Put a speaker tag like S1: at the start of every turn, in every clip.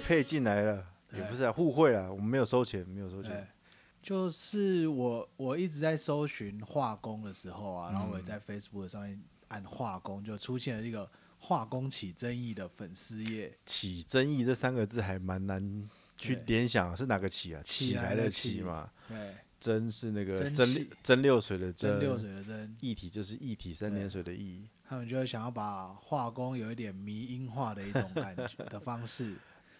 S1: 配进来了，也不是啊，互惠啦，我们没有收钱，没有收
S2: 对
S1: 钱。，
S2: 就是我我一直在搜寻化工的时候啊，
S1: 嗯
S2: 然后我也在 Facebook 上面按化工，就出现了一个化工起争议的粉丝页，
S1: 起争议这三个字还蛮难去
S2: 对
S1: 联想，是哪个起啊？
S2: 起
S1: 起
S2: 来
S1: 来
S2: 的
S1: 的
S2: 起
S1: 起嘛，
S2: 对，
S1: 蒸是那个
S2: 蒸
S1: 蒸
S2: 汽
S1: 蒸馏水的
S2: 蒸
S1: 蒸，
S2: 馏水的蒸，
S1: 液体就是一体三点水的液。
S2: 他们就会想要把化工有一点迷因化的一种感觉的方式。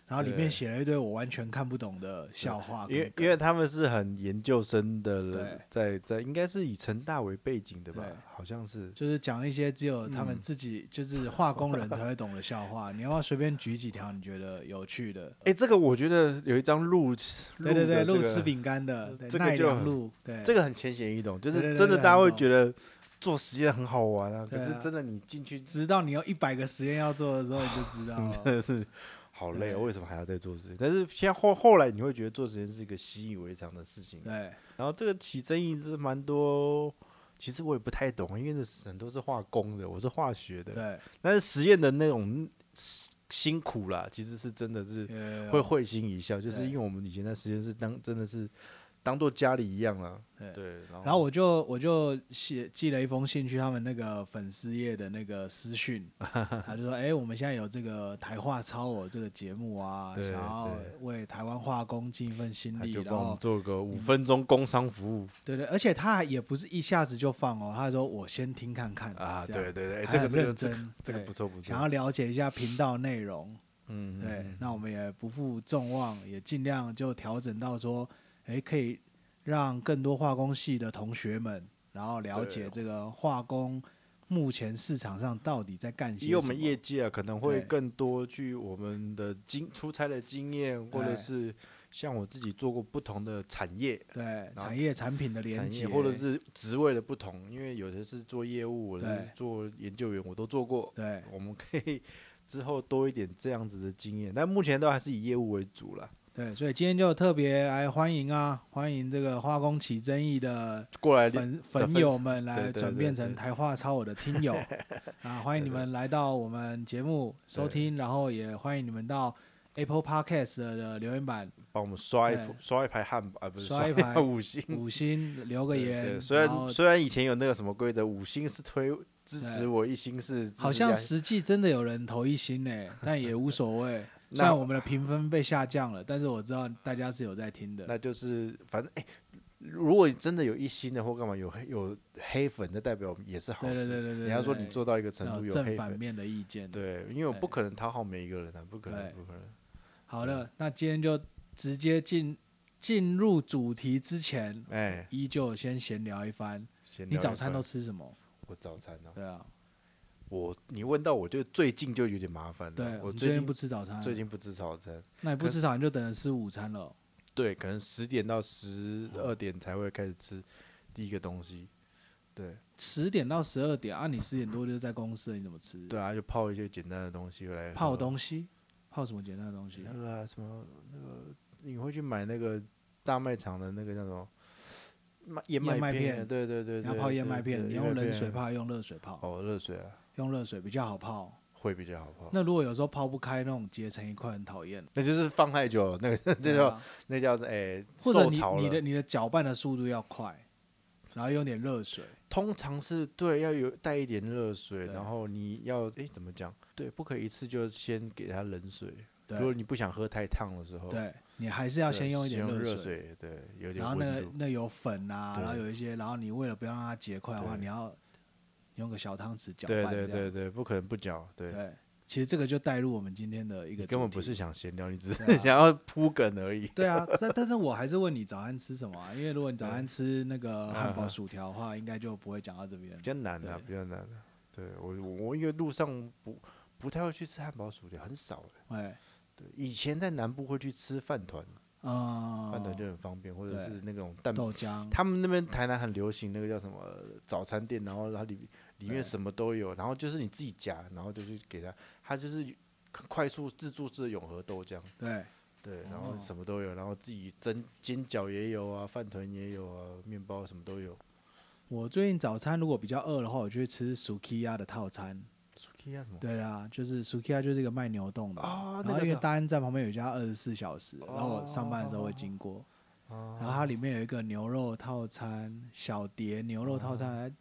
S2: 然后里面
S1: 对
S2: 写了一堆我完全看不懂的笑话跟
S1: 因
S2: 梗，
S1: 为因为他们是很研究生的人
S2: 对，
S1: 在在应该是以成大为背景的吧
S2: 对，
S1: 好像是。
S2: 就是讲一些只有他
S1: 嗯
S2: 们自己就是化工人才会懂的笑话。你要不要随便举几条你觉得有趣的？
S1: 哎，这个我觉得有一张路痴，
S2: 对对对，
S1: 的这
S2: 路
S1: 个
S2: 吃饼干的对
S1: 这个
S2: 奈
S1: 就
S2: 良
S1: 很
S2: 路，对
S1: 这个很浅显易懂，就
S2: 对对
S1: 是
S2: 对
S1: 真的
S2: 对
S1: 大家会
S2: 很好
S1: 觉得做实验很好玩啊，可
S2: 对
S1: 是
S2: 啊
S1: 真的你进去
S2: 直到你有一百个实验要做的时候，你就知道
S1: 真
S2: 了。
S1: 的是好累哦，
S2: 嗯对
S1: 为什么还要再做实验？但是现在后后来你会觉得做实验是一个习以为常的事情。
S2: 对
S1: 然后这个起争议是蛮多，其实我也不太懂，因为那是很多是化工的，我是化学的，
S2: 对，
S1: 但是实验的那种辛苦啦，其实是真的是
S2: 有有有
S1: 会会心一笑，就是
S2: 哦对
S1: 因为我们以前在实验室当真的是当做家里一样啦。
S2: 对
S1: 对，然后
S2: 然后我就我就写寄了一封信去他们那个粉丝页的那个私 讯，他就说：“哎、我们现在有这个台化超我这个节目啊，
S1: 对
S2: 想要
S1: 对
S2: 为台湾化工尽一份心
S1: 他
S2: 力。”
S1: 就
S2: 然
S1: 帮我
S2: 后
S1: 们做个五分钟工商服务
S2: 对对，而且他还也不是一下子就放哦，他说：“我先听看看
S1: 啊，
S2: 这样
S1: 对对对，哎
S2: 还
S1: 这个
S2: 很
S1: 这个
S2: 认
S1: 这个
S2: 真，
S1: 这个
S2: 对
S1: 不错不错，
S2: 想要了解一下频道内容。”
S1: 嗯，嗯
S2: 对
S1: 嗯，
S2: 那我们也不负众望，也尽量就调整到说，诶，可以让更多化工系的同学们，然后了解
S1: 对哦
S2: 这个化工目前市场上到底在干些
S1: 以
S2: 什
S1: 我
S2: 么。
S1: 们业界啊，可能会
S2: 对
S1: 更多去我们的经出差的经验，或
S2: 对
S1: 者是像我自己做过不同的产业、
S2: 对
S1: 后
S2: 产业产品的连
S1: 产
S2: 接，
S1: 业或者是职位的不同，因为有的是做业务，我的
S2: 对
S1: 是做研究员，我都做过。
S2: 对
S1: 我们可 以之后多一点这样子的经验，但目前都还是以业务为主啦。
S2: 对，所以今天就特别来欢迎啊，欢迎这个化工起争议的
S1: 过来
S2: 粉
S1: 粉
S2: 粉友们来
S1: 对对
S2: 转
S1: 对
S2: 变
S1: 对
S2: 成台化超我的听 友啊，欢迎你们来到我们节目收听，然后也欢迎你们到 Apple Podcast 的留言板
S1: 帮我们刷一
S2: 对
S1: 刷一排汉堡啊，不是
S2: 刷一
S1: 排
S2: 排
S1: 五星。
S2: 五星留个
S1: 嗯对
S2: 言，
S1: 对，虽
S2: 然后
S1: 然虽然以前有那个什么规则，五星是推支
S2: 对
S1: 持我，一星是支持
S2: 好像
S1: 压
S2: 实际真的有人投一星呢、但也无所谓。虽
S1: 那
S2: 然我们的评分被下降了，但是我知道大家是有在听的。
S1: 那就是反正哎、如果真的有一星的或干嘛有黑有黑粉，那代表也是好
S2: 对
S1: 事。
S2: 对对对对，
S1: 你要说
S2: 对
S1: 你做到一个程
S2: 那
S1: 度
S2: 有
S1: 有
S2: 正
S1: 黑
S2: 反
S1: 粉，
S2: 面的意见。，
S1: 对，因为我不
S2: 对
S1: 可能讨好每一个人的、不可
S2: 对
S1: 能，不可能。
S2: 好了，那今天就直接进进入主题之前，
S1: 哎、
S2: 依旧先闲聊一番。
S1: 闲
S2: 你
S1: 聊一
S2: 早餐
S1: 番
S2: 都吃什么？
S1: 我早餐呢、
S2: 对啊，
S1: 我你问到我就最近就有点麻烦了。
S2: 对，
S1: 我啊
S2: 你最
S1: 最
S2: 近
S1: 近
S2: 不吃早餐，
S1: 最近不吃早餐，
S2: 那你不吃早餐就等着吃午餐了。
S1: 对，可能十点到十二点才会开始吃第一个东西。对
S2: 十点到十二点啊，你十点多就在公司了，你怎么吃？
S1: 对啊，啊就泡一些简单的东西来
S2: 泡
S1: 喝
S2: 东西，泡什么简单的东西
S1: 那？个啊、什么那个，你会去买那个大卖场的那个叫什么麦燕
S2: 燕麦
S1: 麦片啊？
S2: 片
S1: 对对对，
S2: 你要
S1: 对
S2: 泡
S1: 对
S2: 燕麦片，
S1: 对
S2: 你
S1: 燕
S2: 用
S1: 麦
S2: 冷
S1: 片
S2: 水泡，用热水泡，
S1: 哦，热水啊，
S2: 用热水比较好泡。
S1: 会比较好泡。
S2: 那如果有时候泡不开，那种结成一块很讨厌。
S1: 那就是放太久了，那个这
S2: 对
S1: 叫
S2: 啊
S1: 那叫哎，
S2: 或者
S1: 受
S2: 你
S1: 潮
S2: 你的
S1: 了。
S2: 你的搅拌的速度要快，然后用点热水。
S1: 通常是对要有带一点热水，
S2: 对
S1: 然后你要哎怎么讲？对，不可以一次就先给它冷水。如果
S2: 对
S1: 你不想喝太烫的时候，
S2: 对，你还是要
S1: 对
S2: 先用一点
S1: 热
S2: 水，
S1: 水，对，有点
S2: 然后那
S1: 温
S2: 个
S1: 度。
S2: 那有粉啊，
S1: 对
S2: 然后有一些，然后你为了不要让它结块的话，
S1: 对
S2: 你要用个小汤匙搅
S1: 对
S2: 拌
S1: 对
S2: 这
S1: 对
S2: 样。
S1: 对，不可能不搅，对。
S2: 对，其实这个就带入我们今天的一个
S1: 你根本
S2: 主
S1: 不
S2: 题
S1: 是想闲聊，你只是
S2: 对啊
S1: 想要铺梗而已。
S2: 对啊，但但是我还是问你早餐吃什么、啊，因为如果你早餐吃那个汉
S1: 嗯
S2: 堡
S1: 嗯
S2: 薯条的话，应该就不会讲到这边
S1: 比。较难啊，比较难、啊。对我我我因为路上不不太会去吃汉堡薯条，很少的。
S2: 哎，
S1: 对，以前在南部会去吃饭团，
S2: 嗯，
S1: 饭团就嗯很方便，或者
S2: 对
S1: 是那种蛋。
S2: 豆浆，
S1: 他们那边台南很流行那个叫什么呃早餐店，然后它里里
S2: 对
S1: 面什么都有，然后就是你自己夹，然后就去给他，它就是快速自助式的永和豆浆，
S2: 对
S1: 对，然后
S2: 哦
S1: 什么都有，然后自己蒸煎饺也有啊，饭团也有啊，面包什么都有。
S2: 我最近早餐如果比较饿的话，我就会吃 Sukiya 的套餐，
S1: Sukiya 什么？
S2: 对啦，就是 Sukiya 就是一啊个卖牛冻的嘛，
S1: 哦那
S2: 然后
S1: 个
S2: 因为
S1: 的
S2: 大安站旁边有一家二十四小时，然后我上班的时候会经过，
S1: 哦
S2: 然后它里面有一个牛肉套餐，小碟牛肉套餐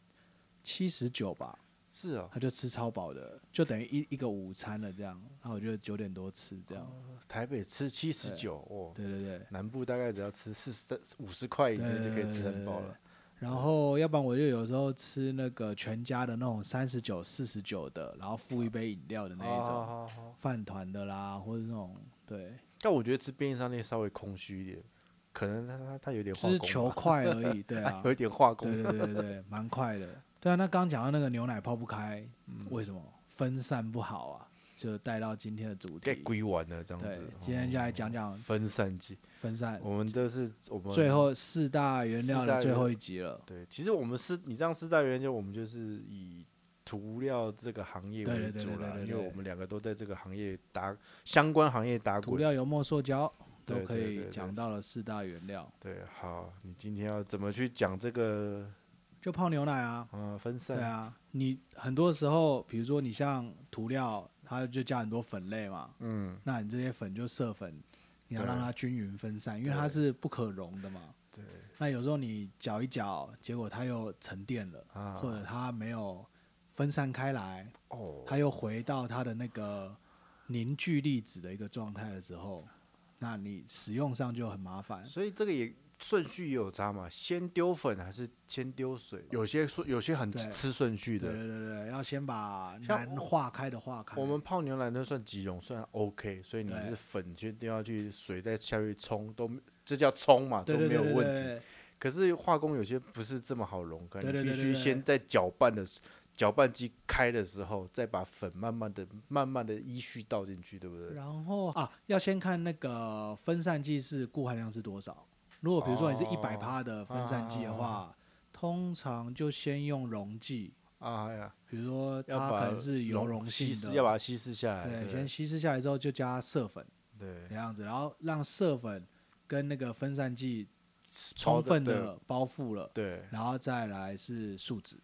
S2: 七十九吧，
S1: 是哦，
S2: 他就吃超饱的，就等于一一个午餐了这样，然后我就九点多吃这样，
S1: 哦台北吃七十九哦，
S2: 对对对。
S1: 南部大概只要吃四十五十块以内就可以吃很饱了。
S2: 然后，要不然我就有时候吃那个全家的那种三十九、四十九的，然后附一杯饮料的那一种，
S1: 啊好好好
S2: 饭团的啦，或者那种对，
S1: 但我觉得吃便利商店稍微空虚一点，可能它它它有点化
S2: 就是求
S1: 工吧，
S2: 快而已，对啊
S1: 它，有一点化工
S2: 对对对对对，蛮快的。对啊，那刚讲到那个牛奶泡不开，
S1: 嗯
S2: 为什么分散不好啊？就带到今天的主
S1: 该
S2: 题。
S1: 归完了这样
S2: 对
S1: 子。，哦
S2: 今天就来讲讲
S1: 分散剂，
S2: 分散，
S1: 我们都是我们
S2: 最后四大原料
S1: 四大
S2: 的
S1: 原
S2: 最后一集了。
S1: 对，其实我们是你这样四大原因，就我们就是以涂料这个行业
S2: 对
S1: 为
S2: 对对
S1: 主
S2: 对对
S1: 啦，
S2: 对
S1: 因为
S2: 对
S1: 我们两个都在这个行业打相关行业打
S2: 涂
S1: 滚。
S2: 料、油墨、塑胶都
S1: 对
S2: 可
S1: 对对
S2: 以
S1: 对
S2: 讲到了四大原料，
S1: 对，好，你今天要怎么去讲这个？
S2: 就泡牛奶啊。
S1: 呃，分
S2: 对
S1: 散，
S2: 啊，你很多时候，比如说你像涂料，它就加很多粉类嘛，
S1: 嗯，
S2: 那你这些粉就色粉，你要
S1: 对
S2: 让它均匀分散，因为它
S1: 对
S2: 是不可溶的嘛。
S1: 对
S2: 那有时候你搅一搅，结果它又沉淀了，
S1: 啊，
S2: 或者它没有分散开来，
S1: 哦，
S2: 它又回到它的那个凝聚粒子的一个状态的时候，那你使用上就很麻烦。
S1: 所以这个也顺序也有差嘛，先丢粉还是先丢水？有些顺，有些很
S2: 对
S1: 吃顺序
S2: 对
S1: 的。
S2: 对对对，要先把
S1: 像
S2: 难化开的化开。
S1: 我们泡牛奶那算即溶，算 OK，所以你
S2: 对
S1: 是粉去丢下去，水再下去冲，都没这叫冲嘛，
S2: 对
S1: 都
S2: 对
S1: 没
S2: 对
S1: 有
S2: 对
S1: 问题。
S2: 对，
S1: 可是化工有些不是这么好溶开，
S2: 对对
S1: 你
S2: 对
S1: 必
S2: 对
S1: 须
S2: 对
S1: 先在搅拌的时搅拌机开的时候，再把粉慢慢的、慢慢的依序倒进去，对不对？
S2: 然后啊，要先看那个分散剂是固含量是多少。如果比如说你是一百
S1: 哦
S2: 帕的分散剂的
S1: 啊啊啊
S2: 话，通常就先用溶剂，
S1: 啊哎呀，
S2: 比如说
S1: 要
S2: 它可
S1: 把
S2: 能是油溶性
S1: 稀
S2: 的，
S1: 释，要把它稀释下来。
S2: 对，
S1: 对，
S2: 先稀释下来之后就加色粉
S1: 对
S2: 这样子，然后让色粉跟那个分散剂
S1: 包
S2: 充
S1: 的
S2: 分
S1: 对
S2: 的包覆了，
S1: 对
S2: 然后再来是树脂，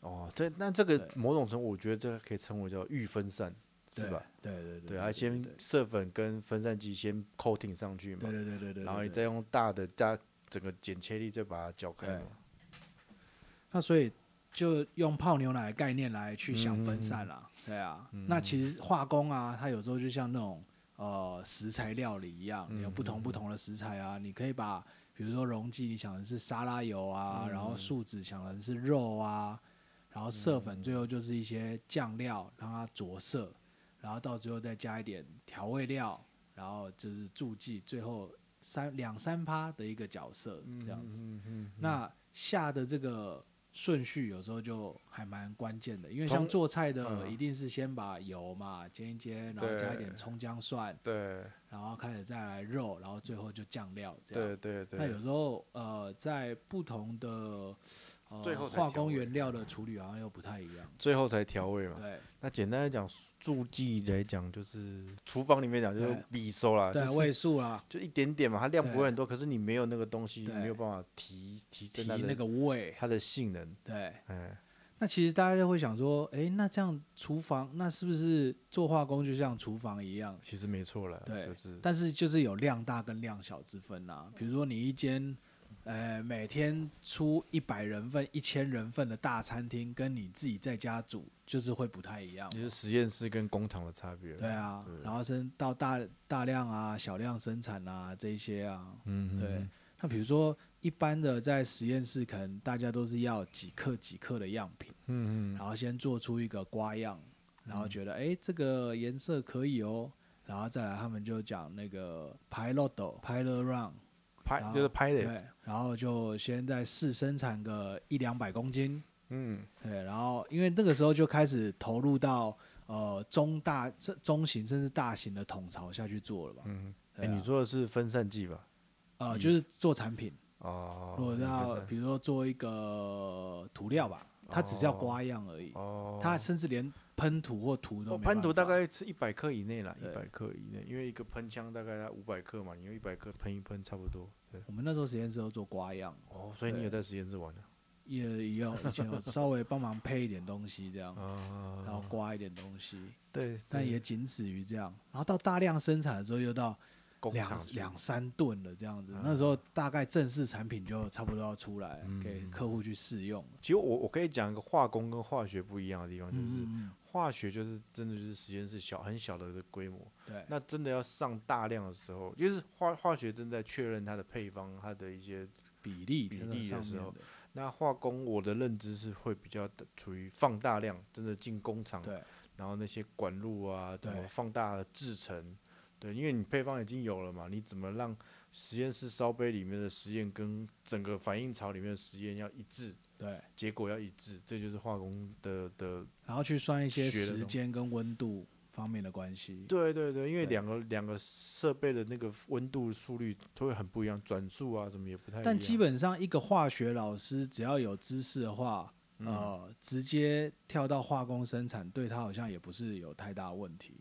S1: 哦，这那这个
S2: 对
S1: 某种程度，我觉得这个可以称为叫预分散，是
S2: 对
S1: 吧？？
S2: 对对对
S1: 对，它先色粉跟分散剂先 coating 上去嘛
S2: 对，对对对对，
S1: 然后
S2: 对
S1: 你再用大的加整个剪切力再把它搅开
S2: 对
S1: 嘛。
S2: 那所以就用泡牛奶的概念来去
S1: 嗯
S2: 想分散啦，对啊。那其实化工啊，它有时候就像那种呃食材料理一样，你有不
S1: 嗯
S2: 同不同的食材啊，你可以把比如说溶剂，你想的是沙拉油啊，
S1: 嗯
S2: 然后树脂想的是肉啊，然后色
S1: 嗯
S2: 粉最后就是一些酱料让它着色，然后到最后再加一点调味料，然后就是助剂，最后三两三趴的一个角色这样子。
S1: 嗯嗯，
S2: 那下的这个顺序有时候就还蛮关键的，因为像
S1: 通
S2: 做菜的，
S1: 嗯
S2: 一定是先把油嘛煎一煎，然后加一点
S1: 对
S2: 葱姜蒜，
S1: 对
S2: 然后开始再来肉，然后最后就酱料这样。
S1: 对对对。
S2: 啊那有时候呃，在不同的呃
S1: 最后才
S2: 化
S1: 调
S2: 工
S1: 味嗯
S2: 原料的处理好像又不太一样。
S1: 最后才调味嘛。
S2: 对
S1: 那简单来讲，助剂来讲就是厨房里面讲就是
S2: 对
S1: 必收啦，
S2: 对，
S1: 就是
S2: 味素 啊啦，
S1: 就一点点嘛，它量不
S2: 对
S1: 会很多，可是你没有那个东西，
S2: 对
S1: 没有办法提提
S2: 提
S1: 升它
S2: 那
S1: 的
S2: 个味。
S1: 它的性能。
S2: 对，
S1: 哎，
S2: 那其实大家就会想说，诶，那这样厨房那是不是做化工就像厨房一样？
S1: 其实没错了，
S2: 对
S1: 就是
S2: 但是就是有量大跟量小之分啦、啊比如说你一间，呃，每天出一百人份、一千人份的大餐厅，跟你自己在家煮，就是会不太一样
S1: 就。是实验室跟工厂的差别了。
S2: 对啊，
S1: 对
S2: 然后生到大大量啊、小量生产啊这一些啊，
S1: 嗯，嗯，
S2: 对
S1: 嗯。
S2: 那比如说一般的在实验室，可能大家都是要几克几克的样品，
S1: 嗯嗯，嗯
S2: 然后先做出一个瓜样，然后觉得诶这个颜色可以哦，然后再来他们就讲那个 pilot pilot round。
S1: 拍
S2: 然后
S1: 就是拍的，
S2: 对，然后就先在试生产个一两百公斤，
S1: 嗯，
S2: 对，然后因为那个时候就开始投入到呃中大这中型甚至大型的统槽下去做了吧，
S1: 嗯，
S2: 对
S1: 哎，
S2: 啊
S1: 你说的是分散剂吧？
S2: 呃
S1: 嗯
S2: 就是做产品，
S1: 哦，
S2: 如果
S1: 你
S2: 要
S1: 分散
S2: 比如说做一个涂料吧，它只是要
S1: 哦
S2: 刮样而已，
S1: 哦，
S2: 它甚至连喷涂或涂都
S1: 我
S2: 没
S1: 喷
S2: 办法
S1: 哦涂大概是一百克以内啦，
S2: 对
S1: 一百克以内，因为一个喷枪大概五百克嘛，你用一百克喷一喷差不多。对，
S2: 我们那时候实验室都做刮样，
S1: 哦，所以你有在实验室玩的？
S2: 也也有以前有稍微帮忙配一点东西这样，
S1: 啊，
S2: 哦然后刮一点东
S1: 嗯
S2: 西，
S1: 对，
S2: 但
S1: 对
S2: 也仅止于这样。然后到大量生产的时候，又到
S1: 工厂
S2: 两
S1: 去
S2: 两三吨了这样子
S1: 嗯。
S2: 那时候大概正式产品就差不多要出来，给
S1: 嗯
S2: 客户去试用了。
S1: 其实我我可以讲一个化工跟化学不一样的地方，就是
S2: 嗯，嗯
S1: 化学就是真的就是实验室小很小的一个规模，
S2: 嗯对，
S1: 那真的要上大量的时候，就是化化学正在确认它的配方，它的一些
S2: 比例
S1: 比
S2: 这个
S1: 例的
S2: 上
S1: 时
S2: 面
S1: 候
S2: 的
S1: 那化工，我的认知是会比较的处于放大量，真的进工厂，
S2: 对
S1: 然后那些管路啊，怎么
S2: 对
S1: 放大制成，对，因为你配方已经有了嘛，你怎么让实验室烧杯里面的实验跟整个反应槽里面的实验要一致，
S2: 对，
S1: 结果要一致，这就是化工的的
S2: 然后去算一些
S1: 学的东
S2: 时
S1: 西
S2: 间跟温度方面的关系。
S1: 对对对，因为
S2: 对
S1: 两个两个设备的那个温度、速率都会很不一样，转速啊什么也不太一样。
S2: 但基本上，一个化学老师只要有知识的话，
S1: 嗯
S2: 呃，直接跳到化工生产，对他好像也不是有太大问题。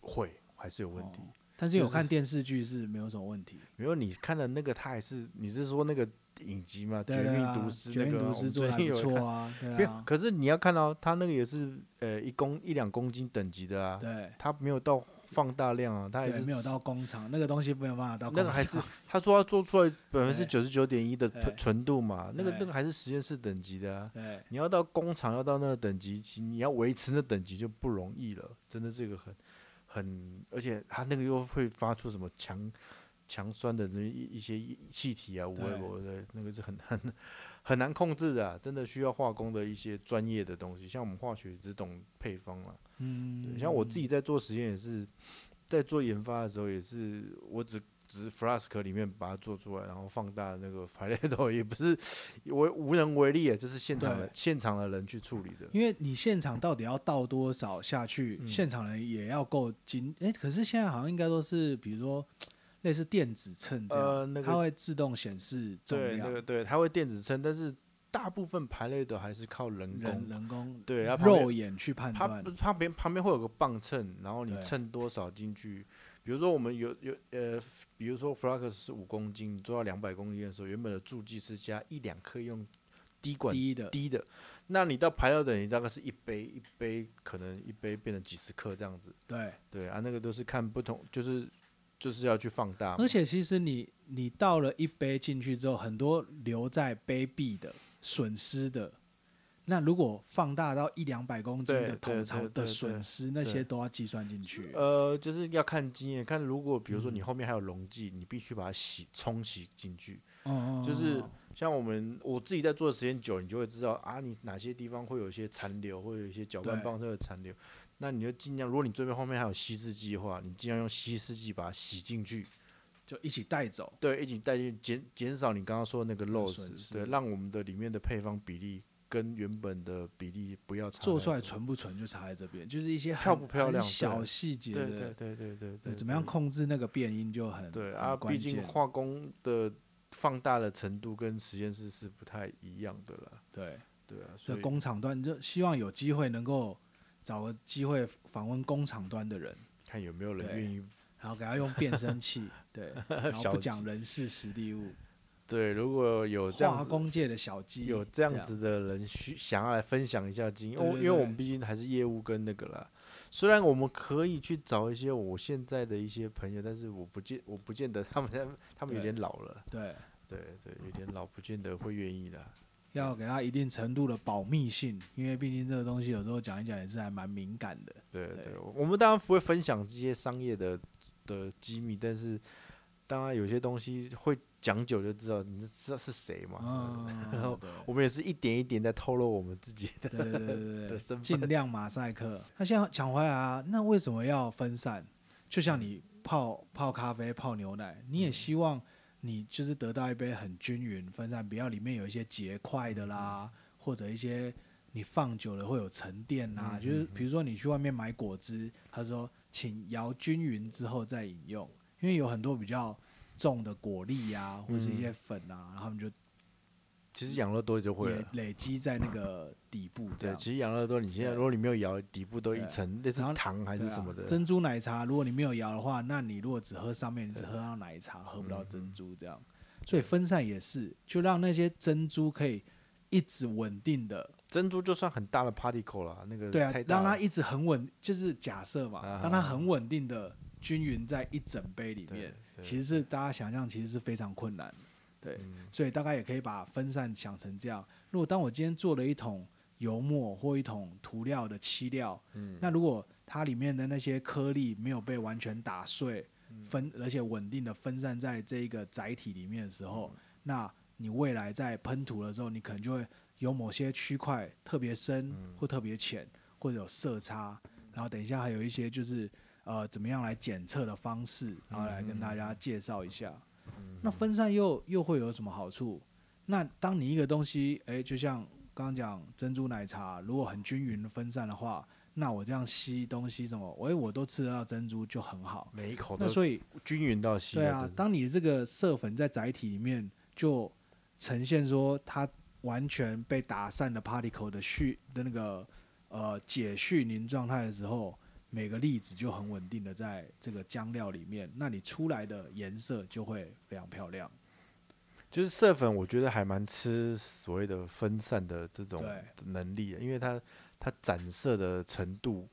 S1: 会还是有问题
S2: 哦。但是有
S1: 就是
S2: 看电视剧是没有什么问题。
S1: 没有你看的那个，他还是你是说那个影集吗？
S2: 对
S1: 绝
S2: 对
S1: 命
S2: 啊
S1: 毒师》
S2: 绝
S1: 那
S2: 命
S1: 个吗，
S2: 毒
S1: 我
S2: 师
S1: 们
S2: 做
S1: 最
S2: 的还
S1: 近
S2: 不
S1: 有
S2: 错
S1: 看。
S2: 啊，
S1: 没
S2: 对
S1: 有，
S2: 啊，
S1: 可是你要看到他那个也是呃一公一两公斤等级的啊，
S2: 对
S1: 他没有到放大量啊，他还
S2: 对，
S1: 是
S2: 没有到工厂那个东西没有办法到
S1: 那
S2: 工
S1: 个还是
S2: 厂，
S1: 他说他做出来百分之
S2: 对
S1: 九十九点一的
S2: 对
S1: 纯度嘛，那个
S2: 对
S1: 那个还是实验室等级的啊。
S2: 对
S1: 你要到工厂，要到那个等级，其你要维持那等级就不容易了，真的是一个很很，而且它那个又会发出什么强强酸的那一一些气体啊，无
S2: 对
S1: 微博的那个是很很很难控制的啊、真的需要化工的一些专业的东西，像我们化学只懂配方了、对
S2: 嗯，
S1: 像我自己在做实验也是，在做研发的时候也是，我只只是 Flask 里面把它做出来，然后放大那个 Pareto，也不是我无能为力啊，这是现场的
S2: 对
S1: 现场的人去处理的。
S2: 因为你现场到底要倒多少下去，
S1: 嗯
S2: 现场人也要够精。哎、可是现在好像应该都是，比如说类似电子秤这样，
S1: 呃那个
S2: 它会自动显示重啊
S1: 对，
S2: 量，
S1: 那个对，它会电子称，但是大部分排列的还是靠人
S2: 人
S1: 工。
S2: 人工
S1: 对它旁边
S2: 肉眼去判
S1: 它
S2: 断
S1: 不，是旁边旁边会有个磅秤，然后你
S2: 对
S1: 称多少进去。比如说我们有有呃，比如说 Flask 是五公斤，做到两百公斤的时候，原本的助剂是加一两克用滴管
S2: 低的，
S1: 低的，那你到排到等级大概是一杯一杯，可能一杯变成几十克这样子。
S2: 对。
S1: 对啊，那个都是看不同，就是就是要去放大嘛。
S2: 而且其实你你倒了一杯进去之后，很多留在杯壁的损失的，那如果放大到一两百公斤
S1: 对对
S2: 的桶槽
S1: 对对
S2: 的损失，那
S1: 对
S2: 些都要计算进去。哦
S1: 呃，就是要看经验，看如果比如说你后面还有溶剂，你必须把它洗冲洗进去。
S2: 嗯嗯
S1: 就是
S2: 嗯
S1: 像我们我自己在做的时间久，你就会知道啊，你哪些地方会有一些残留，会有一些搅拌
S2: 对
S1: 棒上的残留。那你就尽量，如果你这边后面还有稀释剂的话，你尽量用稀释剂把它洗进去。
S2: 就一起带走。
S1: 对，一起带进减减少你刚刚说的那个漏
S2: 损
S1: 失，
S2: 失
S1: 对，让我们的里面的配方比例跟原本的比例不要差太多。
S2: 做出来纯不纯就差在这边，就是一些很
S1: 漂不漂亮
S2: 很小
S1: 对
S2: 细节
S1: 对
S2: 的，
S1: 对对对对对
S2: 对怎么样控制那个变音就很
S1: 对
S2: 很
S1: 啊，
S2: 关
S1: 毕竟
S2: 键
S1: 化工的放大的程度跟实验室是不太一样的啦，
S2: 对，
S1: 对啊，所
S2: 所以
S1: 以
S2: 工厂端就希望有机会能够找个机会访问工厂端的人，
S1: 看有没有人
S2: 对
S1: 愿意。
S2: 然后给他用变 声器，对，然后
S1: 小
S2: 不
S1: 鸡
S2: 讲人事实地物，
S1: 对，如果有这样
S2: 化
S1: 子
S2: 工界的小鸡啊
S1: 有这样
S2: 样
S1: 子的人需想要来分享一下经验，
S2: 对
S1: 哦
S2: 对
S1: 因为我
S2: 对
S1: 们毕竟还是业务跟那个啦。虽然我们可以去找一些我现在的一些朋友，但是我不见我不见得他们他们有
S2: 对
S1: 点老了，
S2: 对，
S1: 对对，有点老，不见得会愿意的。
S2: 要给他一定程度的保密性，因为毕竟这个东西有时候讲一讲也是还蛮敏感的，
S1: 对对
S2: 对
S1: 我我们当然不会分享这些商业的的机密，但是当然有些东西会讲久就知道，你知道是谁嘛。
S2: 嗯，对
S1: 我们也是一点一点在透露我们自己的。
S2: 对对对对
S1: 的
S2: 对
S1: 身
S2: 对，
S1: 份
S2: 尽量马赛克。那现在讲回来啊，那为什么要分散？就像
S1: 嗯
S2: 你泡泡咖啡、泡牛奶，你也希望你就是得到一杯很均匀分散，不要里面有一些结块的
S1: 嗯
S2: 啦，或者一些你放久了会有沉淀啦。
S1: 嗯
S2: 就是比如说你去外面买果汁，他说请摇均匀之后再饮用，因为有很多比较重的果粒呀、啊，或是一些粉啊，然后你就
S1: 其实养乐多也就嗯会啊
S2: 也
S1: 了。
S2: 累积在那个底部这
S1: 对，
S2: 样。
S1: 其实养乐多你现在
S2: 对
S1: 如果你没有摇，底部都一
S2: 对
S1: 层，那是
S2: 然后
S1: 糖还
S2: 对
S1: 是
S2: 啊
S1: 什么的。
S2: 珍珠奶茶，如果你没有摇的话，那你如果只喝上面，你只喝到
S1: 嗯
S2: 奶茶，喝不到珍珠这样。所以分散也是，就让那些珍珠可以一直稳定的，
S1: 珍珠就算很大的 particle 啦，那个
S2: 对啊
S1: 太，大
S2: 让
S1: 了
S2: 它一直很稳，就是假设嘛，
S1: 啊
S2: 让它很稳定的均匀在一整杯里面
S1: 对，对
S2: 其实是大家想象其实是非常困难的，对，
S1: 嗯
S2: 所以大概也可以把分散想成这样。如果当我今天做了一桶油墨或一桶涂料的漆料，
S1: 嗯
S2: 那如果它里面的那些颗粒没有被完全打碎，分而且稳定的分散在这一个载体里面的时候，那你未来在喷涂的时候，你可能就会有某些区块特别深或特别浅，或者有色差。然后等一下还有一些就是呃怎么样来检测的方式，然后来跟大家介绍一下。那分散又又会有什么好处？那当你一个东西，哎，就像刚刚讲珍珠奶茶，如果很均匀的分散的话，那我这样吸东西什么，哎，我都吃得到珍珠就很好。
S1: 每一口
S2: 那
S1: 都
S2: 所以
S1: 均匀到细
S2: 对
S1: 的
S2: 啊
S1: 珍，珠，
S2: 当你这个色粉在载体里面就呈现说它完全被打散的 particle 的絮的那个呃解絮凝状态的时候，每个粒子就很稳定的在这个浆料里面，那你出来的颜色就会非常漂亮。
S1: 就是色粉，我觉得还蛮吃所谓的分散的这种
S2: 对
S1: 能力的，因为它它展色的程度，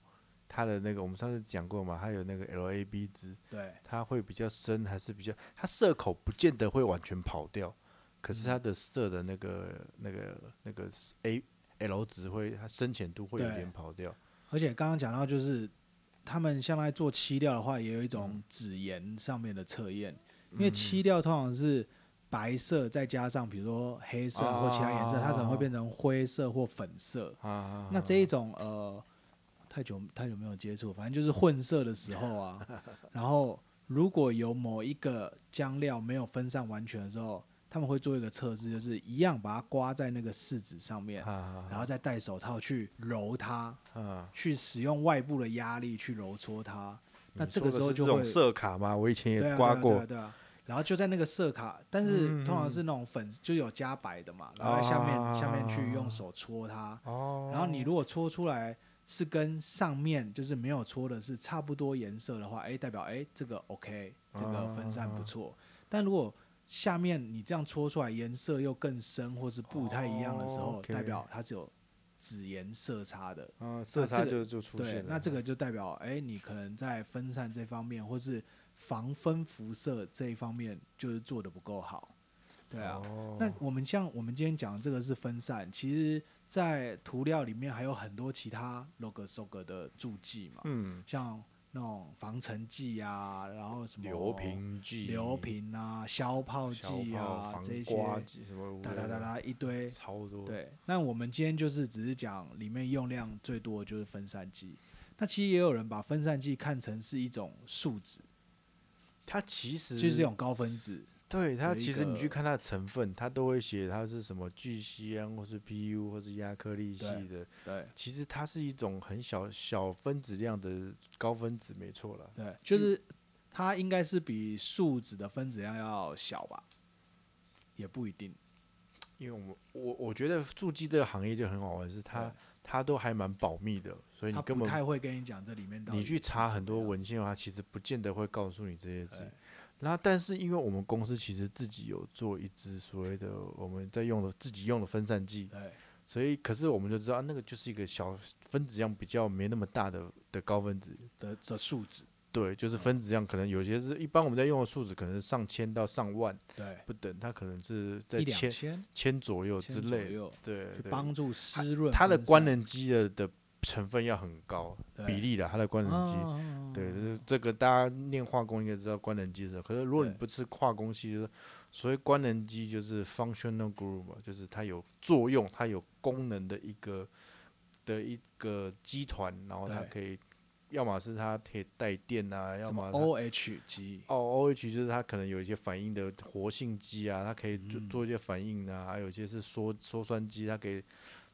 S1: 它的那个我们上次讲过嘛，它有那个 LAB 值，
S2: 对，
S1: 它会比较深，还是比较它色口不见得会完全跑掉，可是它
S2: 嗯
S1: 的色的那个那个那个 A L 值会它深浅度会有
S2: 对
S1: 点跑掉，
S2: 而且刚刚讲到就是他们像在做漆料的话，也有一种纸颜上面的测验，因为漆料通常是白色再加上比如说黑色
S1: 啊
S2: 或其他颜色，它可能会变成灰色或粉色。
S1: 啊，
S2: 那这一种呃，太久太久没有接触，反正就是混色的时候啊，然后如果有某一个浆料没有分散完全的时候，他们会做一个测试，就是一样把它刮在那个试纸上面，
S1: 啊
S2: 然后再戴手套去揉它，
S1: 啊，
S2: 去使用外部的压力去揉搓它，那
S1: 你
S2: 这个
S1: 嗯说的
S2: 时候
S1: 是
S2: 就
S1: 这
S2: 会
S1: 种色卡嘛，我以前
S2: 对
S1: 也
S2: 啊
S1: 刮
S2: 对啊对
S1: 过嗯
S2: 啊，对啊。然后就在那个色卡，但是通常是那种粉，就有加白的嘛，然后在下面、
S1: 啊
S2: 下面去用手搓它，
S1: 哦，
S2: 然后你如果搓出来是跟上面就是没有搓的是差不多颜色的话，哎，代表哎这个 OK，这
S1: 哦
S2: 个分散不错。但如果下面你这样搓出来颜色又更深或是不太一样的时
S1: 哦
S2: 候，
S1: ，OK
S2: 代表它是有紫颜色差的。
S1: 嗯，色
S2: 那
S1: 差
S2: 这
S1: 就
S2: 个
S1: 就出现
S2: 对
S1: 了，，
S2: 那这个就代表，哎、你可能在分散这方面，或是防分辐射这一方面，就是做的不够好。对啊，
S1: 哦
S2: 那我们像我们今天讲的这个是分散，其实，在涂料里面还有很多其他 log s o g 的助剂嘛，
S1: 嗯，
S2: 像那种防尘剂啊，然后什么
S1: 流、平剂、
S2: 流平啊、消泡
S1: 小
S2: 剂
S1: 泡
S2: 啊
S1: 防
S2: 这一些，
S1: 刮剂什么，
S2: 哒哒哒，哒一堆，
S1: 超多。，
S2: 对，那我们今天就是只是讲里面用量最多的就是分散剂。那其实也有人把分散剂看成是一种数值，
S1: 它其实
S2: 就是这种高分子。
S1: 对它
S2: 有一
S1: 其实你去
S2: 个
S1: 看它的成分，它都会写它是什么聚酰胺或是 PU 或是亚克力系
S2: 对
S1: 的，
S2: 对
S1: 其实它是一种很小小分子量的高分子，没错了。
S2: 对，就是它应该是比数值的分子量要小吧，也不一定。
S1: 因为我们我我觉得助记这个行业就很好玩，是它
S2: 对
S1: 它都还蛮保密的，所以你
S2: 它
S1: 根
S2: 不
S1: 本
S2: 太会跟你讲这里面到底
S1: 你去
S2: 是
S1: 查
S2: 什
S1: 很
S2: 么
S1: 多
S2: 样
S1: 文献的话，其实不见得会告诉你这些字
S2: 对。
S1: 那但是因为我们公司其实自己有做一支所谓的我们在用的自己用的分散剂，
S2: 对
S1: 所以可是我们就知道、啊那个就是一个小分子量比较没那么大的的高分子，
S2: 的的数值，
S1: 对，
S2: 嗯
S1: 就是分子量可能有些是一般我们在用的数值可能是上千到上万
S2: 对，
S1: 不等，它可能是在
S2: 一两
S1: 千
S2: 千
S1: 千左右之
S2: 千左
S1: 类的，
S2: 右，
S1: 对
S2: 去，
S1: 对
S2: 帮助湿润
S1: 它的
S2: 分
S1: 官
S2: 散
S1: 能基的的成分要很高
S2: 对
S1: 比例的，它的官能基。
S2: 啊啊啊
S1: 对，就是这个大家念化工应该知道官能基是什么，可是如果你
S2: 对
S1: 不吃化工系，就是所谓官能基就是 functional group，嘛就是它有作用，它有功能的一个的一个基团，然后它
S2: 对
S1: 可以，要么是它可以带电啊，要
S2: 什么
S1: 么它
S2: OH 级，
S1: 哦 OH 就是它可能有一些反应的活性剂啊，它可以做
S2: 嗯
S1: 做一些反应啊，还有一些是缩缩酸剂，它可以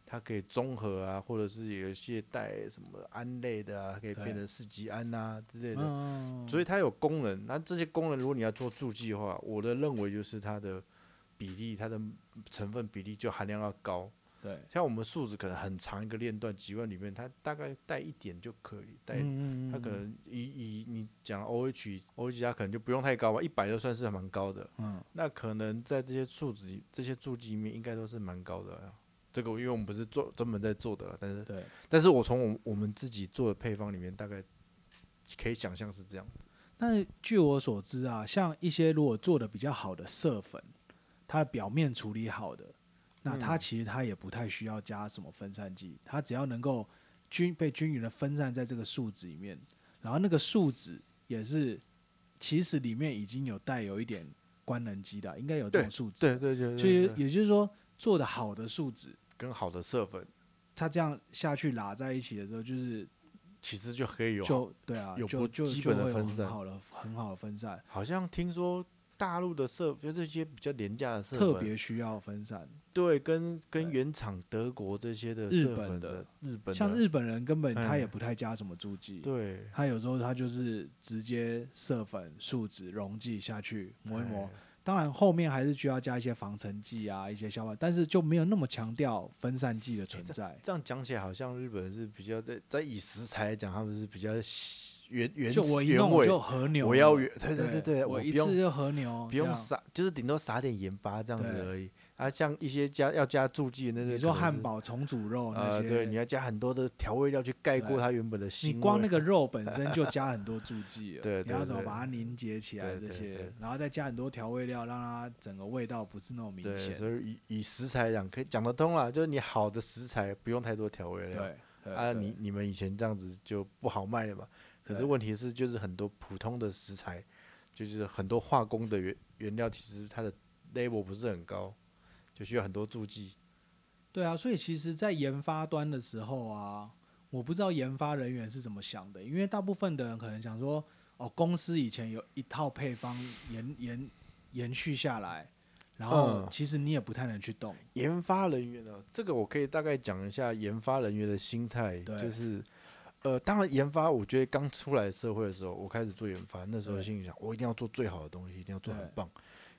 S1: 它可以中和啊，或者是有一些带什么胺类的啊，它可以变
S2: 对
S1: 成四级胺啊之类的。
S2: 嗯，
S1: 所以它有功能。那这些功能，如果你要做助剂的话，我的认为就是它的比例、它的成分比例就含量要高。
S2: 对，
S1: 像我们数值可能很长一个链段，几万里面，它大概带一点就可以，带
S2: 嗯
S1: 它可能以以你讲 OH OH 它可能就不用太高吧，一百就算是还蛮高的。
S2: 嗯
S1: 那可能在这些数值里、这些助剂里面，应该都是蛮高的啊、这个因为我们不是做专门在做的了，但是
S2: 对，
S1: 但是我从我们我们自己做的配方里面，大概可以想象是这样。
S2: 但是据我所知啊，像一些如果做的比较好的色粉，它的表面处理好的，那它其实它也不太需要加什么分散剂，它只要能够均被均匀的分散在这个树脂里面，然后那个树脂也是其实里面已经有带有一点官能基的，应该有这种树脂，
S1: 对对对，
S2: 所以
S1: 对
S2: 也就是说做的好的树脂，
S1: 跟好的色粉
S2: 它这样下去拉在一起的时候，就是
S1: 其实就可以有好。
S2: 就对啊，
S1: 有
S2: 就
S1: 不
S2: 就
S1: 基
S2: 就
S1: 本的
S2: 会有
S1: 分
S2: 很
S1: 散
S2: 好的很好的分散，
S1: 好像听说大陆的色就是一些比较廉价的色粉，
S2: 特别需要分散。
S1: 对，跟跟
S2: 对
S1: 原厂德国这些的
S2: 日
S1: 色
S2: 本
S1: 粉
S2: 的
S1: 日本
S2: 像
S1: 的
S2: 日本人根本他
S1: 哎
S2: 也不太加什么助剂，
S1: 对
S2: 他有时候他就是直接色粉、树脂、溶剂下去磨一磨
S1: 哎。
S2: 当然后面还是需要加一些防尘剂啊，一些消化，但是就没有那么强调分散剂的存在。
S1: 这样讲起来，好像日本人是比较在在以食材来讲，他们是比较喜原原
S2: 就我一
S1: 原
S2: 弄我
S1: 味，
S2: 就和牛了，
S1: 我要原对
S2: 对
S1: 对对，
S2: 我
S1: 我
S2: 一
S1: 不用
S2: 次就和牛，
S1: 不用
S2: 这样
S1: 撒，就是顶多撒点盐巴这样子
S2: 对
S1: 而已。啊，像一些加要加助剂的那些，
S2: 你说
S1: 可能是
S2: 汉堡重组肉哦那
S1: 呃，
S2: 些，
S1: 对，你要加很多的调味料去盖
S2: 对
S1: 过它原本的腥
S2: 你
S1: 味。
S2: 光那个肉本身就加很多助剂 了，
S1: 对对
S2: 你要怎么
S1: 对
S2: 把它凝结起来？
S1: 对
S2: 这
S1: 对
S2: 些
S1: 对，
S2: 然后再加很多调味料，让它整个味道不是那么明
S1: 对，
S2: 显。
S1: 所以以以食材来讲，可以讲得通啦，就是你好的食材不用太多调味料。
S2: 对对
S1: 啊，
S2: 对
S1: 你你们以前这样子就不好卖了嘛。可是
S2: 对
S1: 问题是，就是很多普通的食材，就是很多化工的原原料，其实它的 label 不是很高，就需要很多助剂。
S2: 对啊，所以其实，在研发端的时候啊，我不知道研发人员是怎么想的，因为大部分的人可能想说，哦，公司以前有一套配方延延延续下来，然后
S1: 嗯
S2: 其实你也不太能去动。
S1: 研发人员呢、啊这个我可以大概讲一下研发人员的心态，
S2: 对
S1: 就是，呃，当然研发，我觉得刚出来社会的时候，我开始做研发，那时候
S2: 对
S1: 心里想，我一定要做最好的东西，一定要做很
S2: 对
S1: 棒。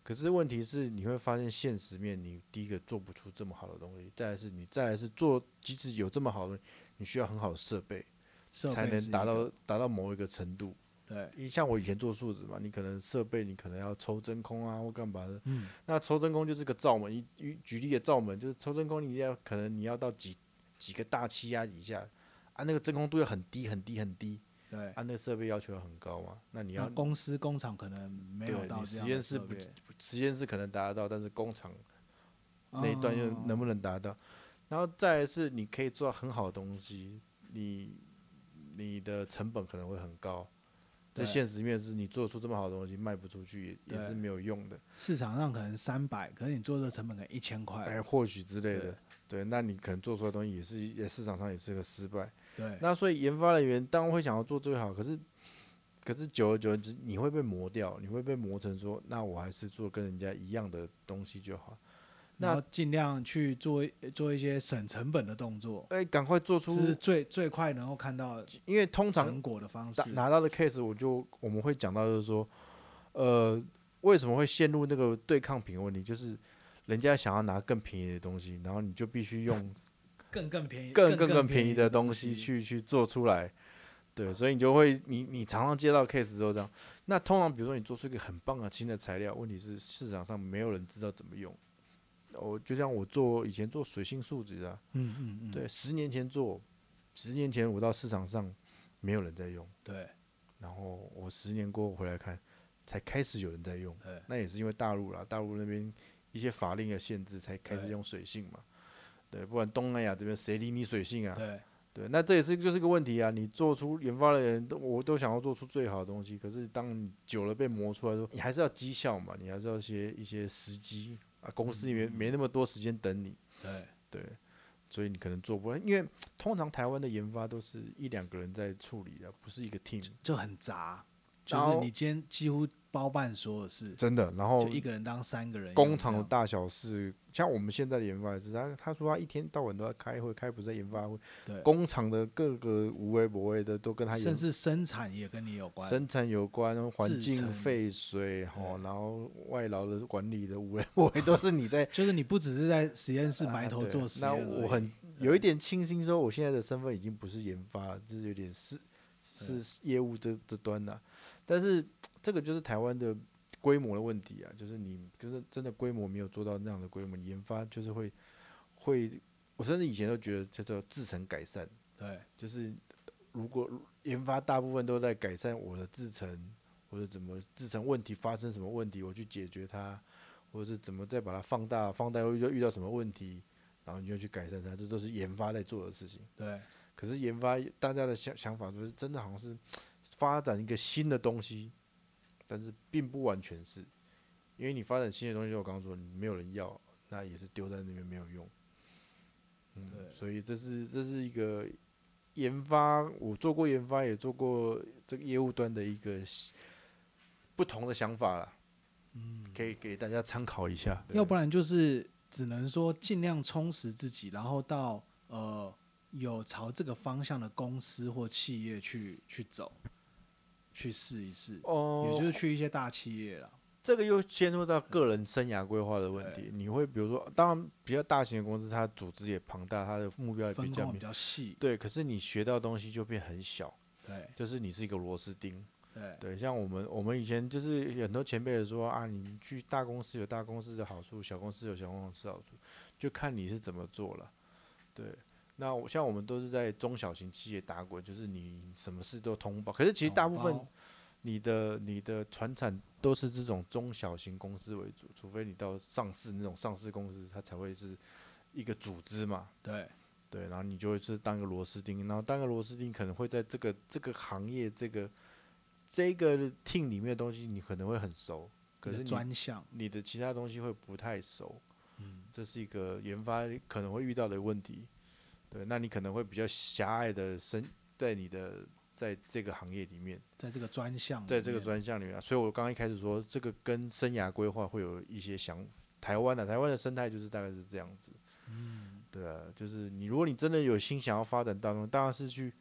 S1: 可是问题是，你会发现现实面，你第一个做不出这么好的东西，再来是你再来是做，即使有这么好的东西，你需要很好的设备，
S2: 设备
S1: 才
S2: 是
S1: 能
S2: 一
S1: 达
S2: 个
S1: 到达到某一个程度。
S2: 对，
S1: 你像我以前做数值嘛，你可能设备你可能要抽真空啊或干嘛的，
S2: 嗯，
S1: 那抽真空就是个罩门，一一举例的罩门就是抽真空，你要可能你要到几几个大气压以下啊，那个真空度要很低很低很低，
S2: 对。
S1: 啊，那个设备要求要很高嘛，那你
S2: 那
S1: 要
S2: 公司工厂可能没有
S1: 对
S2: 到
S1: 你
S2: 这
S1: 实
S2: 样的
S1: 验室
S2: 设
S1: 不
S2: 备
S1: 实验室可能达得到，但是工厂那一段又
S2: 嗯
S1: 能不能达到？然后再来是你可以做到很好的东西，你你的成本可能会很高。在
S2: 对
S1: 现实面是你做出这么好的东西卖不出去也也
S2: 对
S1: 是没有用的，
S2: 市场上可能三百，可是你做的成本可能一千块，
S1: 哎，或许之类
S2: 对
S1: 的，对，那你可能做出来的东西也是也市场上也是个失败。
S2: 对
S1: 哎那所以研发人员当然会想要做最好，可是可是久而久之你会被磨掉，你会被磨成说，那我还是做跟人家一样的东西就好。
S2: 然
S1: 那
S2: 后尽量去做做一些省成本的动作，
S1: 哎，赶快做
S2: 这
S1: 出，
S2: 是最最快能够看到
S1: 因为通常
S2: 成果的方式
S1: 拿。拿到的 case，我就我们会讲到就是说，呃，为什么会陷入那个对抗品的问题，就是人家想要拿更便宜的东西，然后你就必须用
S2: 更更便宜、
S1: 更
S2: 更
S1: 更更便宜的
S2: 东
S1: 东西。去去做出来。对，所以你就会，你你常常接到 case 之后这样，那通常比如说你做出一个很棒的新的材料，问题是市场上没有人知道怎么用。我就像我做以前做水性树脂啊，
S2: 嗯嗯嗯，
S1: 对，十年前做，十年前我到市场上没有人在用。
S2: 对
S1: 然后我十年过后回来看，才开始有人在用。
S2: 对
S1: 那也是因为大陆啦，大陆那边一些法令的限制，才开始
S2: 对
S1: 用水性嘛。对，不然东南亚这边谁理你水性啊？
S2: 对
S1: 对，那这也是就是个问题啊！你做出研发的人都，我都想要做出最好的东西，可是当你久了被磨出来之后，你还是要绩效嘛，你还是要一些一些时机啊，公司里面没那么多时间等你，
S2: 对
S1: 对，所以你可能做不来，因为通常台湾的研发都是一两个人在处理的，不是一个 team，
S2: 就很杂，就
S1: 然
S2: 是
S1: 后
S2: 你今天几乎包办所有事，
S1: 真的。然后
S2: 就一个人当三个人一样这样。
S1: 工厂的大小事，像我们现在的研发也是，他他说他一天到晚都在开会，开不是在研发会，
S2: 对，
S1: 工厂的各个无微不微的都跟他
S2: 甚
S1: 研
S2: 至生产也跟你有关。
S1: 生产有关，环
S2: 制
S1: 境
S2: 成
S1: 废水吼，
S2: 对
S1: 然后外劳的管理的无 微不微都是你 在
S2: 就是你不只是在实验室埋头
S1: 啊对
S2: 做实验
S1: 那
S2: 而已，
S1: 我很有一点庆幸，说我现在的身份已经不是研发了，就是有点是是业务这这端的、但是这个就是台湾的规模的问题啊，就是你真的真的规模没有做到那样的规模，你研发就是会会我甚至以前都觉得叫做制程改善，
S2: 对，
S1: 就是如果研发大部分都在改善我的制程，或者怎么制程问题发生什么问题，我去解决它，或者是怎么再把它放大，放大又遇到遇到什么问题，然后你就去改善它，这都是研发在做的事情。
S2: 对，
S1: 可是研发大家的想想法就是真的好像是发展一个新的东西，但是并不完全是，因为你发展新的东西，就我刚刚说你没有人要，那也是丢在那边没有用。嗯
S2: 对，
S1: 所以这是这是一个研发，我做过研发，也做过这个业务端的一个不同的想法啦，
S2: 嗯，
S1: 可以给大家参考一下。
S2: 要不
S1: 然，
S2: 然就是只能说尽量充实自己，然后到呃有朝这个方向的公司或企业去去走，去试一试，
S1: 哦，
S2: 也就是去一些大企业了。
S1: 这个又牵入到个人生涯规划的问题。你会比如说，当然比较大型的公司，它组织也庞大，它的目标也比
S2: 分
S1: 较
S2: 工比
S1: 明。
S2: 较细，
S1: 对，可是你学到的东西就变很小，
S2: 对
S1: 就是你是一个螺丝钉。
S2: 对
S1: 对，像我们我们以前就是很多前辈也说啊，你去大公司有大公司的好处，小公司有小公司的好处，就看你是怎么做了。对，那我像我们都是在中小型企业打滚，就是你什么事都通报。可是其实大部分
S2: 懂包
S1: 你的你的船产都是这种中小型公司为主，除非你到上市那种上市公司，它才会是一个组织嘛。
S2: 对
S1: 对，然后你就会是当个螺丝钉，然后当个螺丝钉可能会在这个这个行业这个这个 team 里面的东西，你可能会很熟，可
S2: 你
S1: 是
S2: 的
S1: 你
S2: 专项，
S1: 你的其他东西会不太熟，
S2: 嗯，
S1: 这是一个研发可能会遇到的问题。对，那你可能会比较狭隘的深在你的在这个行业里面。
S2: 在这个专项，
S1: 在这个，专项里面啊、所以我刚刚一开始说，这个跟生涯规划会有一些想台湾的、台湾的生态就是大概是这样子，
S2: 嗯，
S1: 对啊，就是你如果你真的有心想要发展大众，当然是去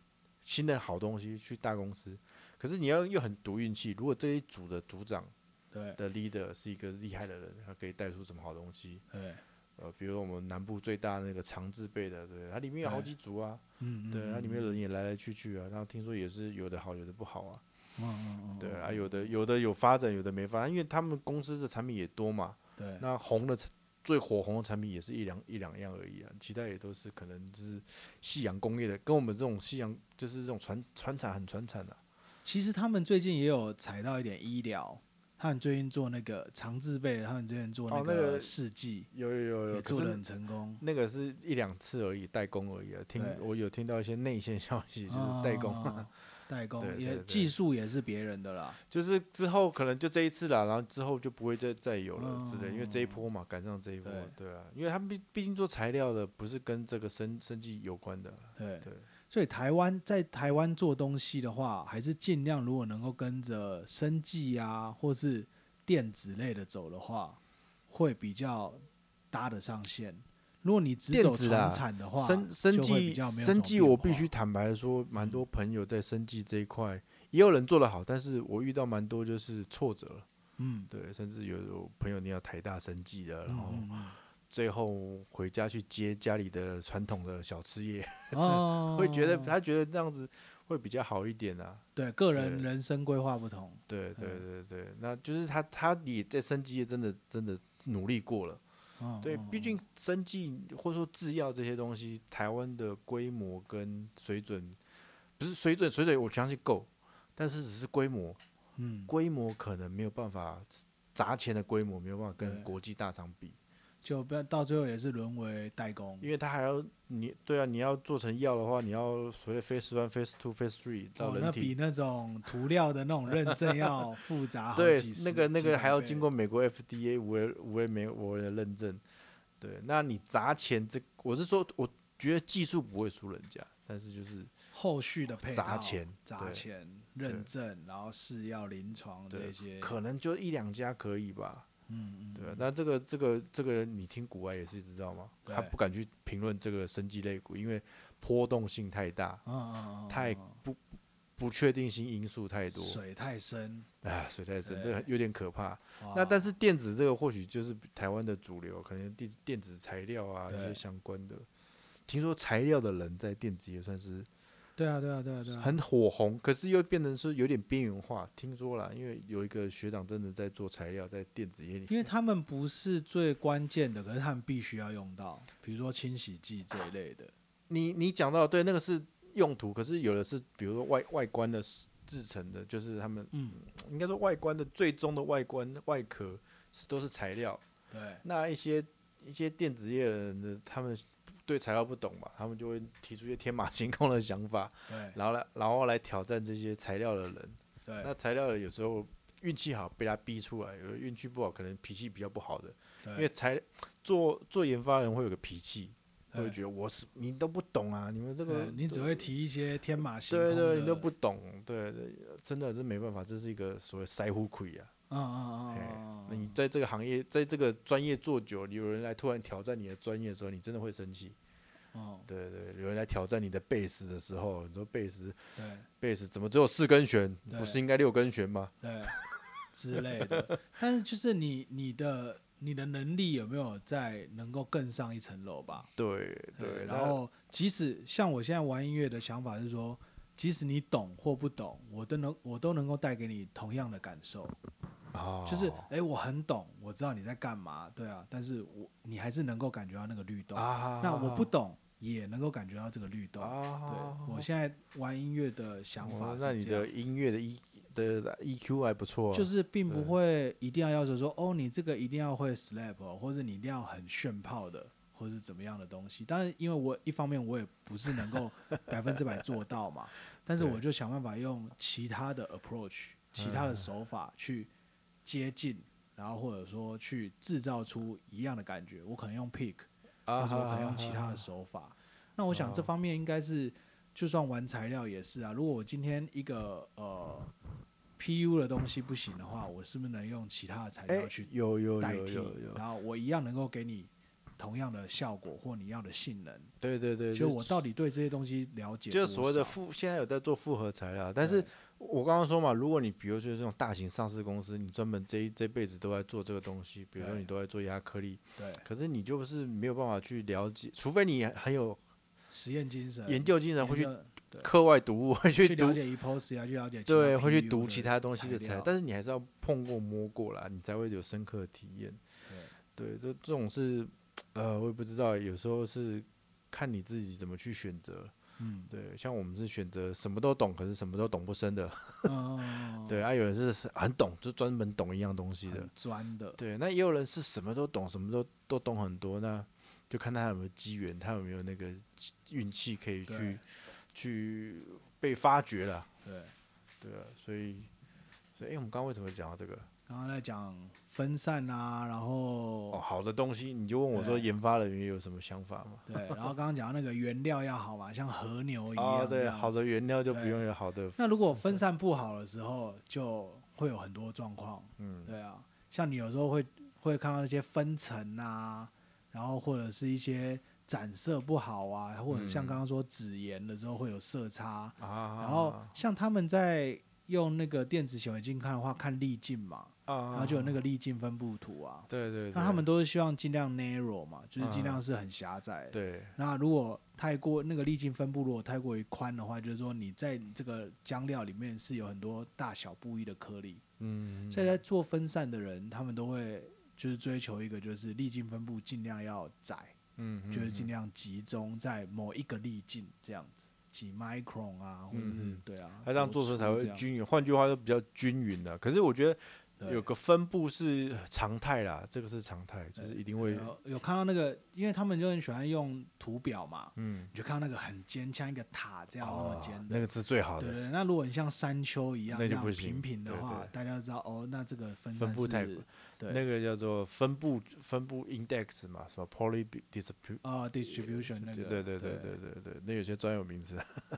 S1: 新的好东西，去大公司。可是你要又很赌运气，如果这一组的组长
S2: 对
S1: 的 leader 是一个厉害的人，他可以带出什么好东西？
S2: 对，
S1: 呃，比如我们南部最大那个长治贝的，对，它里面有好
S2: 对
S1: 几组啊，
S2: 嗯，
S1: 对，它里面
S2: 哎嗯，
S1: 人也来来去去啊，然后听说也是有的好，有的不好啊。
S2: 嗯嗯嗯，
S1: 对啊，
S2: 嗯
S1: 有的有的有发展，有的没发展，因为他们公司的产品也多嘛。
S2: 对，
S1: 那红的产最火红的产品也是一两一两样而已啊，其他也都是可能就是夕阳工业的，跟我们这种夕阳就是这种传传产很传产的、
S2: 其实他们最近也有踩到一点医疗，他们最近做那个长治贝，他们最近做
S1: 哦那
S2: 个
S1: 个
S2: 试剂、
S1: 有有有
S2: 也
S1: 有，可
S2: 做的
S1: 是
S2: 很成功，
S1: 那个是一两次而已，代工而已啊。听
S2: 对
S1: 我有听到一些内线消息， 就是代工，
S2: 啊啊啊啊代
S1: 对
S2: 工
S1: 对
S2: 也
S1: 对
S2: 技术也是别人的啦，
S1: 就是之后可能就这一次啦，然后之后就不会再再有了之类，因为这一
S2: 嗯
S1: 波嘛，赶上这一波
S2: 对，
S1: 哦对啊，因为他们毕毕竟做材料的，不是跟这个生生计有关的，
S2: 对
S1: 对。
S2: 所以台湾在台湾做东西的话，还是尽量如果能够跟着生技啊，或是电子类的走的话，会比较搭得上线。如果你只走
S1: 电子啊
S2: 传产的话，
S1: 生生
S2: 就会比
S1: 计
S2: 较没有什
S1: 生
S2: 么
S1: 计，
S2: 变
S1: 我
S2: 化
S1: 必须坦白地说，蛮多朋友在生计这一块，也有人做得好，但是我遇到蛮多就是挫折了，
S2: 嗯，
S1: 对，甚至有有朋友你要台大生计的，
S2: 嗯
S1: 然后
S2: 嗯嗯
S1: 最后回家去接家里的传统的小吃业，
S2: 哦
S1: 会觉得他觉得这样子会比较好一点啊。
S2: 对个人
S1: 对
S2: 人生规划不同，
S1: 对对
S2: 嗯
S1: 对对，那就是他他也在生计业真的真的努力过了。
S2: 嗯，
S1: 对，
S2: 嗯
S1: 毕竟生技或者说制药这些东西，台湾的规模跟水准，不是水准，水准我相信够，但是只是规模，
S2: 嗯，
S1: 规模可能没有办法砸钱的规模没有办法
S2: 对
S1: 跟国际大厂比，
S2: 就不要到最后也是沦为代工，
S1: 因为它还要你对啊，你要做成药的话，你要所谓 phase one、phase two、phase three 到
S2: 哦，
S1: 人
S2: 那
S1: 体
S2: 比，那种涂料的那种认证要复杂好
S1: 对
S2: 几，十
S1: 那个那
S2: 几
S1: 个
S2: 百
S1: 还要
S2: 倍
S1: 经过美国 FDA 无为无为美国人的认证，对，那你砸钱这，我是说我觉得技术不会输人家，但是就是。
S2: 后续的配
S1: 砸
S2: 套
S1: 钱
S2: 砸
S1: 对
S2: 钱、认证，然后试药、临床这
S1: 对
S2: 些，
S1: 可能就一两家可以吧，
S2: 嗯嗯，
S1: 对吧、啊那这个这个这个，你听古外也是知道吗？他
S2: 对
S1: 不敢去评论这个生技类股，因为波动性太大，
S2: 嗯嗯嗯嗯，
S1: 太
S2: 嗯
S1: 不确定性因素太多，
S2: 水太深，
S1: 啊，水太深，
S2: 对啊
S1: 这个有点可怕。那
S2: 哇
S1: 但是电子这个或许就是台湾的主流，可能电电子材料啊这
S2: 对
S1: 些相关的。听说材料的人在电子也算是
S2: 对啊，对啊，对啊，对啊，
S1: 很火红，可是又变成是有点边缘化。听说啦，因为有一个学长真的在做材料，在电子业里，
S2: 因为他们不是最关键的，可是他们必须要用到，比如说清洗剂这一类的。
S1: 你你讲到对那个是用途，可是有的是比如说外外观的制成的，就是他们
S2: 嗯，
S1: 应该说外观的最终的外观外壳是都是材料。
S2: 对，
S1: 那一些一些电子业的人的他们对材料不懂嘛，他们就会提出一些天马行空的想法，
S2: 对，
S1: 然后来然后来挑战这些材料的人。那
S2: 对，
S1: 材料的有时候运气好被他逼出来，有的运气不好可能脾气比较不好的，因为
S2: 对，
S1: 材做做研发人会有个脾气，
S2: 对
S1: 会觉得我是你都不懂啊，你们这个
S2: 对你只会提一些天马行空
S1: 对
S2: 的，
S1: 对，你都不懂，对对，真的这没办法，这是一个所谓塞乎鬼啊。
S2: 嗯，嗯嗯
S1: 哎
S2: 嗯
S1: 那
S2: 嗯，
S1: 你在这个行业，在这个专业做久，有人来突然挑战你的专业的时候，你真的会生气。
S2: 哦，
S1: 对对，有人来挑战你的贝斯的时候，你说贝斯
S2: 对
S1: 贝斯怎么只有四根弦？
S2: 对
S1: 不是应该六根弦吗？
S2: 对之类的，但是就是你你的你的能力有没有在能够更上一层楼吧？
S1: 对
S2: 对，
S1: 对，
S2: 然后即使像我现在玩音乐的想法是说，即使你懂或不懂，我都能我都能够带给你同样的感受，
S1: 哦
S2: 就是哎、诶我很懂，我知道你在干嘛，对啊，但是我你还是能够感觉到那个律动，
S1: 啊，
S2: 那我不懂也能够感觉到这个律动。对
S1: 啊，，
S2: 我现在玩音乐的想法
S1: 哦
S2: 是这
S1: 那
S2: 样，
S1: 你的音乐的 E 的 EQ 还不错啊，
S2: 就是并不
S1: 对
S2: 会一定要要求说，哦，你这个一定要会 slap，、哦、或者你一定要很炫炮的，或是怎么样的东西。但是因为我一方面我也不是 能够百分之百做到嘛，但是
S1: 对
S2: 我就想办法用其他的 approach，其他的手法去接近，然后或者说去制造出一样的感觉。我可能用 pick，
S1: 啊，
S2: 或者我可能用其他
S1: 啊
S2: 的手法。那我想这
S1: 哦
S2: 方面应该是，就算玩材料也是啊。如果我今天一个呃 PU 的东西不行的话，我是不是能用其他的材料
S1: 哎
S2: 去，
S1: 有有
S2: 代
S1: 有
S2: 替
S1: 有有，，
S2: 然后我一样能够给你同样的效果或你要的性能？
S1: 对对对，
S2: 就我到
S1: 底
S2: 底对这些东西了解多
S1: 就
S2: 少，
S1: 是所谓的复，现在有在做复合材料，但是
S2: 对
S1: 我刚刚说嘛，如果你比如说这种大型上市公司，你专门这一这辈子都在做这个东西，比如说
S2: 对
S1: 你都在做压克力，
S2: 对
S1: 可是你就是没有办法去了解，除非你很有
S2: 实验精神，
S1: 研究精神，
S2: 研
S1: 会去
S2: 究对
S1: 课外读物，会
S2: 去
S1: 去
S2: 了
S1: 读，
S2: 解 EPOS 啊，去了解其他
S1: 对，会去
S2: PU
S1: 读其他东西的
S2: 材
S1: 材
S2: 料
S1: 料，，但是你还是要碰过摸过啦，你才会有深刻的体验。对，这这种是，呃，我也不知道，有时候是看你自己怎么去选择。
S2: 嗯
S1: 对，像我们是选择什么都懂，可是什么都懂不深的。
S2: 嗯嗯嗯，嗯
S1: 对，啊，有人是很懂，就专门懂一样东西的
S2: 很。专的，
S1: 对，那也有人是什么都懂，什么都都懂很多，那就看他有没有机缘，他有没有那个运气可以
S2: 对
S1: 去去被发掘了。
S2: 对。
S1: 对啊，所以，所以，哎、我们刚刚为什么讲到这个？
S2: 然后在讲分散啊，然后、
S1: 哦，好的东西，你就问我说，
S2: 对啊
S1: 研发人员有什么想法吗？
S2: 对，然后刚刚讲到那个原料要好嘛，像和牛一样、
S1: 哦，对，好。的原料就不
S2: 对
S1: 用有好的，
S2: 那如果分散不好的时候，就会有很多状况。
S1: 嗯，
S2: 对啊，像你有时候会会看到那些分层啊，然后或者是一些展色不好啊，或者像
S1: 嗯
S2: 刚刚说纸盐的时候会有色差。
S1: 啊，
S2: 然后像他们在用那个电子显微镜看的话，看粒径嘛，
S1: 啊，
S2: 然后就有那个粒径分布图啊。
S1: 对对，
S2: 那他
S1: 对
S2: 们都是希望尽量 narrow 嘛，就是尽
S1: 嗯
S2: 量是很狭窄的。
S1: 对
S2: 那如果太过那个粒径分布如果太过于宽的话，就是说你在这个浆料里面是有很多大小不一的颗粒，
S1: 嗯，
S2: 所以在做分散的人，他们都会就是追求一个就是粒径分布尽量要窄，
S1: 嗯，
S2: 就是尽
S1: 今天
S2: 量集中在某一个粒径这样子，几 micron 啊，或者是
S1: 嗯
S2: 对啊，
S1: 它这样做出
S2: 多
S1: 来
S2: 粗
S1: 才
S2: 这
S1: 会
S2: 样
S1: 均匀。换句话说，比较均匀的。可是我觉得
S2: 对
S1: 有个分布是常态啦，这个是常态，就是
S2: 对哦
S1: 一定会，
S2: 有有看到那个，因为他们就很喜欢用图表嘛，
S1: 嗯，
S2: 你就看到那个很尖，像一个塔这样那么
S1: 哦
S2: 尖的
S1: 那。个是最好
S2: 对
S1: 的，
S2: 对，那如果你像山丘一样
S1: 那
S2: 这
S1: 就
S2: 样
S1: 不
S2: 平
S1: 行
S2: 平的
S1: 对
S2: 话，
S1: 对
S2: 大家知道哦，那这个分
S1: 分
S2: 散
S1: 布
S2: 是
S1: 太
S2: 对
S1: 那个叫做分布分布 index 嘛，什么 poly distribution。
S2: 啊 distribution 那
S1: 对
S2: 个
S1: 对对对
S2: 对
S1: 对对对，那有些专有名词，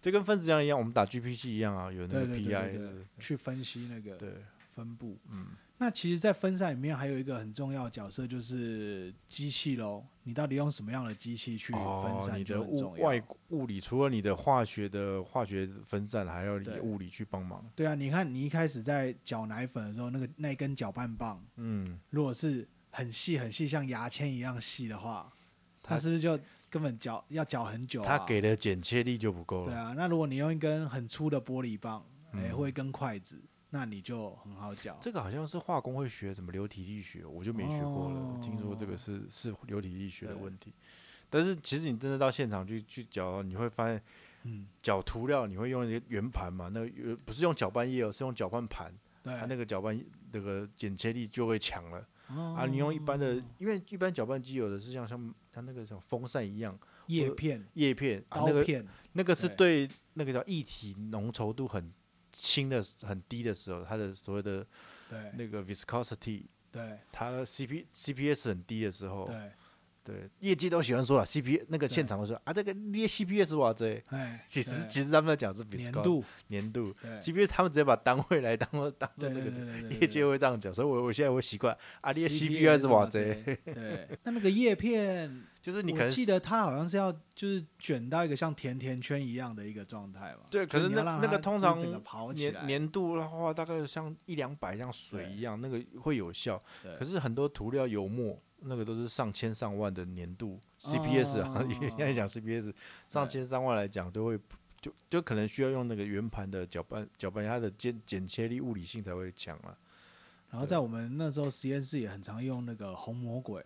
S1: 就跟分子量一样，我们打 GPC 一样啊，有那
S2: 对
S1: 个
S2: 对
S1: PI，
S2: 对对
S1: 对
S2: 对，去分析那
S1: 对
S2: 个
S1: 对
S2: 分布。
S1: 嗯，
S2: 那其实，在分散里面还有一个很重要的角色就是机器喽，你到底用什么样的机器去分
S1: 哦，
S2: 散
S1: 你
S2: 就
S1: 的
S2: 很
S1: 物
S2: 重要。
S1: 外物理，除了你的化学的化学分散，还要你
S2: 对
S1: 的物理去帮忙。
S2: 对啊，你看你一开始在搅奶粉的时候，那个那一根搅拌棒，
S1: 嗯，
S2: 如果是很细很细，像牙签一样细的话，它
S1: 它
S2: 是不是就根本搅要搅很久、啊。
S1: 它给的剪切力就不够
S2: 对
S1: 了。
S2: 啊，那如果你用一根很粗的玻璃棒，哎、
S1: 嗯
S2: 或一根筷子，那你就很好搅。
S1: 这个好像是化工会学什么流体力学，我就没学过了。我听说这
S2: 哦
S1: 个是是流体力学的
S2: 对
S1: 问题，但是其实你真的到现场去去搅，你会发现
S2: 嗯，
S1: 搅涂料你会用一个圆盘嘛？那个圆不是用搅拌液哦，是用搅拌盘，
S2: 对。
S1: 它那个搅拌那个剪切力就会强了。
S2: 哦
S1: 啊，你用一般的，因为一般搅拌机有的是像像像那个像风扇一样
S2: 叶片、
S1: 叶片，啊、
S2: 刀
S1: 那个
S2: 片，
S1: 那个是对那个叫液体浓稠度很轻的很低的时候，它的所谓的
S2: 对
S1: 那个 viscosity，
S2: 对哎
S1: 它 CP CPS 很低的时候，
S2: 对，
S1: 对，业界都喜欢说了 CP 那个现
S2: 对
S1: 场会说啊，这个你 CPS 哇这，
S2: 哎，
S1: 其实
S2: 对
S1: 其实他们在讲是 viscosity
S2: 年度，
S1: 年度
S2: 对，
S1: ，CPS 他们直接把单位来当当做
S2: 对
S1: 那
S2: 对对
S1: 个。
S2: 对对，
S1: 业 界
S2: 对
S1: 会这样讲，所以我我现在会习惯啊，你
S2: CPI
S1: CPS 是哇这，
S2: 这，对，那那个叶片，
S1: 就是你可
S2: 我
S1: 能
S2: 记得它好像是要就是卷到一个像甜甜圈一样的一个状态吧？
S1: 对可
S2: 就是你
S1: 那
S2: 要让
S1: 那个
S2: 它
S1: 通
S2: 就是整
S1: 常
S2: 个跑起来
S1: 年，年度的话，大概像一两百像水
S2: 对
S1: 一样，那个会有效。
S2: 对
S1: 可是很多涂料油墨那个都是上千上万的年度 CPS 啊，
S2: 哦
S1: 现在讲 CPS 上千上万来讲都会。就就可能需要用那个圆盘的搅拌搅拌，它的剪剪切力物理性才会强啊。
S2: 然后在我们那时候实验室也很常用那个红魔鬼，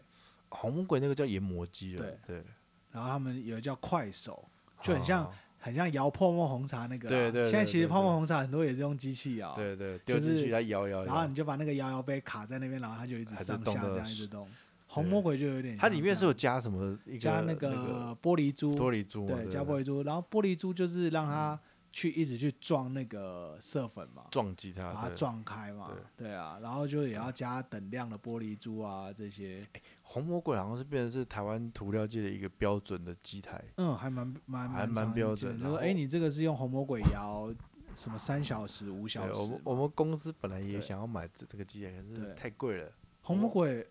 S1: 红魔鬼那个叫研磨机啊，对，
S2: 然后他们有一个叫快手，就很像
S1: 啊
S2: 很像摇泡沫红茶那个啦。啊
S1: 对对对
S2: 现在其实
S1: 对
S2: 泡沫
S1: 对
S2: 红茶很多也是用机器摇，
S1: 哦对对，
S2: 啊就
S1: 丢进
S2: 是
S1: 去它摇摇
S2: 然后
S1: 摇
S2: 你，就把那个摇摇杯卡在那边，然后它就一直
S1: 它就
S2: 上
S1: 动
S2: 下
S1: 的
S2: 这样一直动。红魔鬼就有点像这样，
S1: 它里面是有加什么一个
S2: 加
S1: 那
S2: 个玻璃珠，
S1: 玻璃珠嘛，啊嗯
S2: 对，加
S1: 不
S2: 玻璃珠，然后玻璃珠就是让它去一直去撞那个色粉嘛，
S1: 撞击它，
S2: 把它
S1: 对
S2: 撞开嘛，对啊，然后就也要加等量的玻璃珠啊这些，
S1: 红魔鬼好像是变成是台湾涂料界的一个标准的机台，
S2: 嗯，还蛮蛮
S1: 还蛮
S2: 常
S1: 标
S2: 见
S1: 准哦
S2: 的就
S1: 然
S2: 说
S1: 后
S2: 哎，你这个是用红魔鬼摇什么三小时、五
S1: 对
S2: 小，
S1: 我
S2: 时
S1: 们
S2: 嘛？
S1: 我们公司本来也
S2: 对
S1: 想要买这这个机台，可是
S2: 对
S1: 太贵了，
S2: 红魔鬼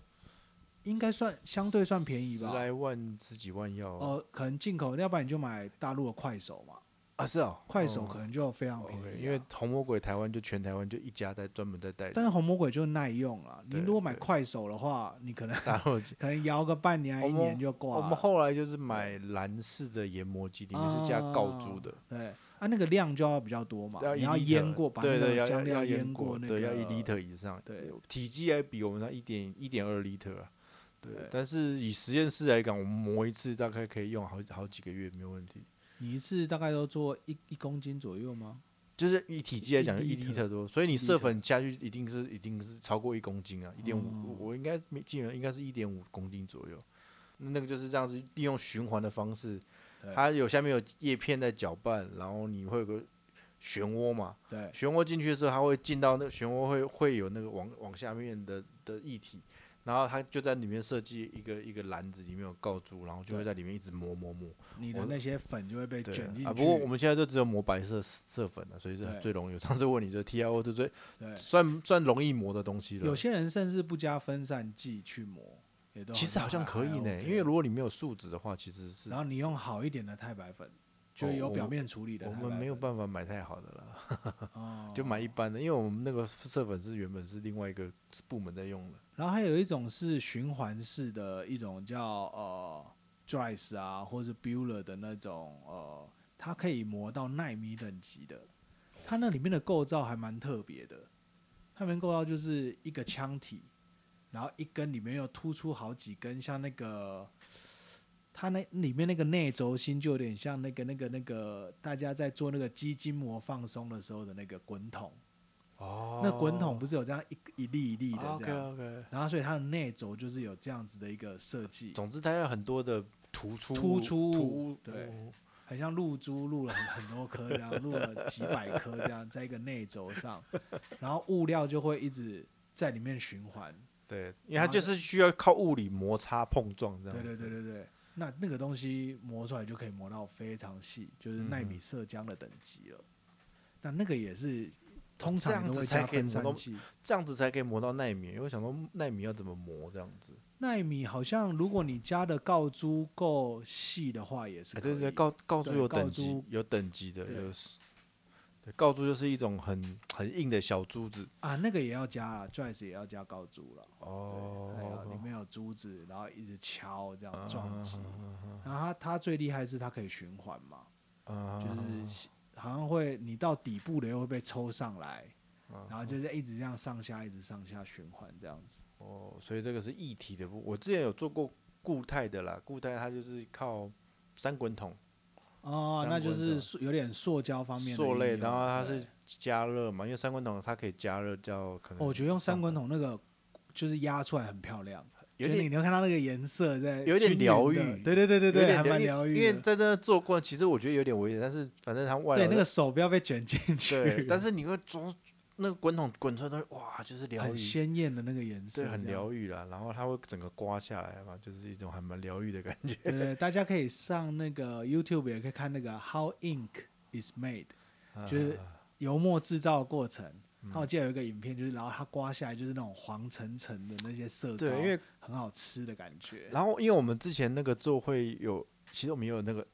S2: 应该算相对算便宜
S1: 十
S2: 吧？
S1: 来万十几万要
S2: 哦，可能进口，要不然你就买大陆的快手嘛，
S1: 啊是哦，
S2: 快手
S1: 哦
S2: 可能就非常便宜啊、
S1: OK，因为红魔鬼台湾就全台湾就一家在专门在代理
S2: 但是红魔鬼就耐用了，你
S1: 对
S2: 如果买
S1: 对
S2: 快手的话，你可能
S1: 大陆机。
S2: 可能摇个半年啊
S1: 我
S2: 一
S1: 们
S2: 年就挂
S1: 我
S2: 了。
S1: 们后来就是买蓝式的研磨机，里面是加锆珠的，
S2: 对啊，那个量就要比较多嘛，啊你
S1: 要一 liter
S2: 腌过，把那
S1: 对对，
S2: 个
S1: 要
S2: 酱料
S1: 要
S2: 腌
S1: 过，
S2: 那个
S1: 对，要一 liter 以上，
S2: 对
S1: 体积还比我们那一点一点二 liter 啊。对
S2: 对，
S1: 但是以实验室来讲，我们磨一次大概可以用好好几个月，没有问题。
S2: 你一次大概都做一一公斤左右吗？
S1: 就是以体积来讲，
S2: 一
S1: 一
S2: liter
S1: liter 多，所以你
S2: 一
S1: 色
S2: liter
S1: 粉加去一定是一定是超过一公斤啊，一点
S2: 哦
S1: 五，我应该没记得，应该是一点五公斤左右。那个就是这样子，利用循环的方式
S2: 对，
S1: 它有下面有叶片在搅拌，然后你会有个漩涡嘛，
S2: 对
S1: 漩涡进去的时候，它会进到那个漩涡会会有那个往往下面的的液体，然后它就在里面设计一个一个篮子，里面有锆珠，然后就会
S2: 对
S1: 在里面一直磨磨磨。
S2: 你的
S1: 我
S2: 那些粉就会被
S1: 对
S2: 卷进去。
S1: 啊，不过我们现在就只有磨白色色粉啊了，所以是
S2: 对
S1: 最容易。我上次问你，就 T I O 就最
S2: 对，
S1: 算算容易磨的东西
S2: 有
S1: 了。
S2: 些人甚至不加分散剂去磨，也都
S1: 其实好像
S2: 还
S1: 可以
S2: 还
S1: 呢，
S2: OK
S1: 因为如果你没有树脂的话，其实是
S2: 然后你用好一点的钛白粉，就
S1: 哦
S2: 有
S1: 我
S2: 表
S1: 们
S2: 面处理的
S1: 我
S2: 钛白粉。
S1: 们没有办法买太好的了，
S2: 哦
S1: 就买一般的，因为我们那个色粉是原本是另外一个部门在用的。
S2: 然后还有一种是循环式的一种叫呃 Dries 啊，或者 Bueller 的那种呃，它可以磨到纳米等级的。它那里面的构造还蛮特别的，它里面构造就是一个腔体，然后一根里面又突出好几根，像那个它那里面那个内轴心就有点像那个那个那个大家在做那个肌筋膜放松的时候的那个滚筒，
S1: 哦
S2: 那滚筒不是有这样一一粒一粒的这
S1: OK
S2: 样。
S1: OK。
S2: 然后所以它的内轴就是有这样子的一个设计，
S1: 总之，它要很多的突出
S2: 突
S1: 物
S2: 出
S1: 突
S2: 物
S1: 物
S2: 对
S1: 物
S2: 很像露珠露了很很多颗这样，露了几百颗这样，在一个内轴 上，然后物料就会一直在里面循环。
S1: 对，因为
S2: 然
S1: 它
S2: 后
S1: 就是需要靠物理摩擦碰撞这样
S2: 对
S1: 子。
S2: 对对对对，那那个东西磨出来就可以磨到非常细，就是纳米射浆的等级了。那那个也是通
S1: 这
S2: 常
S1: 样
S2: 都
S1: 子
S2: 会
S1: 才
S2: 加
S1: 可以
S2: 分
S1: 磨
S2: 散
S1: 到
S2: 剂。
S1: 这样子才可以磨到纳米。因为我想说纳米要怎么磨这样子？
S2: 纳米好像如果你加的锆珠够细的话，也是
S1: 哎，
S2: 可以。
S1: 对对，告告
S2: 对
S1: 诉有
S2: 告
S1: 等级
S2: 诉，
S1: 有等级的，
S2: 对
S1: 有对告猪就是一种很很硬的小珠子
S2: 啊，那个也要加啦，Drive 也要加高珠了。
S1: 哦
S2: 对，还有里面有珠子，然后一直敲这
S1: 哦
S2: 样撞击。
S1: 嗯
S2: 然后它它最厉害是它可以循环嘛，
S1: 嗯
S2: 就是好像会你到底部的又会被抽上来，
S1: 啊
S2: 然后就是一直这样上下一直上下循环这样子。
S1: 哦，所以这个是液体的部。我之前有做过固态的啦，固态它就是靠三滚筒
S2: 哦，
S1: 三
S2: 那就
S1: 滚的
S2: 是塑有点塑胶方面的
S1: 塑类，
S2: 应用
S1: 然后它
S2: 对
S1: 是加热嘛，因为三滚筒它可以加热，叫可能
S2: 哦我觉得用三滚筒那个就是压出来很漂亮，
S1: 有
S2: 就是
S1: 点
S2: 你能看到那个颜色在
S1: 有点
S2: 均匀
S1: 疗
S2: 的
S1: 愈
S2: 对对对对
S1: 有
S2: 对，
S1: 点
S2: 还蛮
S1: 因为
S2: 疗愈的。
S1: 因为在那做过，其实我觉得有点危险，但是反正它外
S2: 对
S1: 劳
S2: 那个
S1: 的
S2: 手不要被卷进去
S1: 对，，但是你会从那个滚筒滚出来的东西，哇，就是疗
S2: 很
S1: 愈。
S2: 鲜艳的那个颜色，
S1: 对，很
S2: 这样
S1: 疗愈啦，然后它会整个刮下来嘛，就是一种还蛮疗愈的感 觉。
S2: 对对，大家可以上那个 YouTube 也可以看那个 How Ink is Made 就是
S1: 啊
S2: 油墨制造的过程。然后我记得有一个影片，就是然后它刮下来就是那种黄橙橙的那些色膏，
S1: 对，因为
S2: 很好吃的感觉。
S1: 然后因为我们之前那个做会有，其实我们也有那个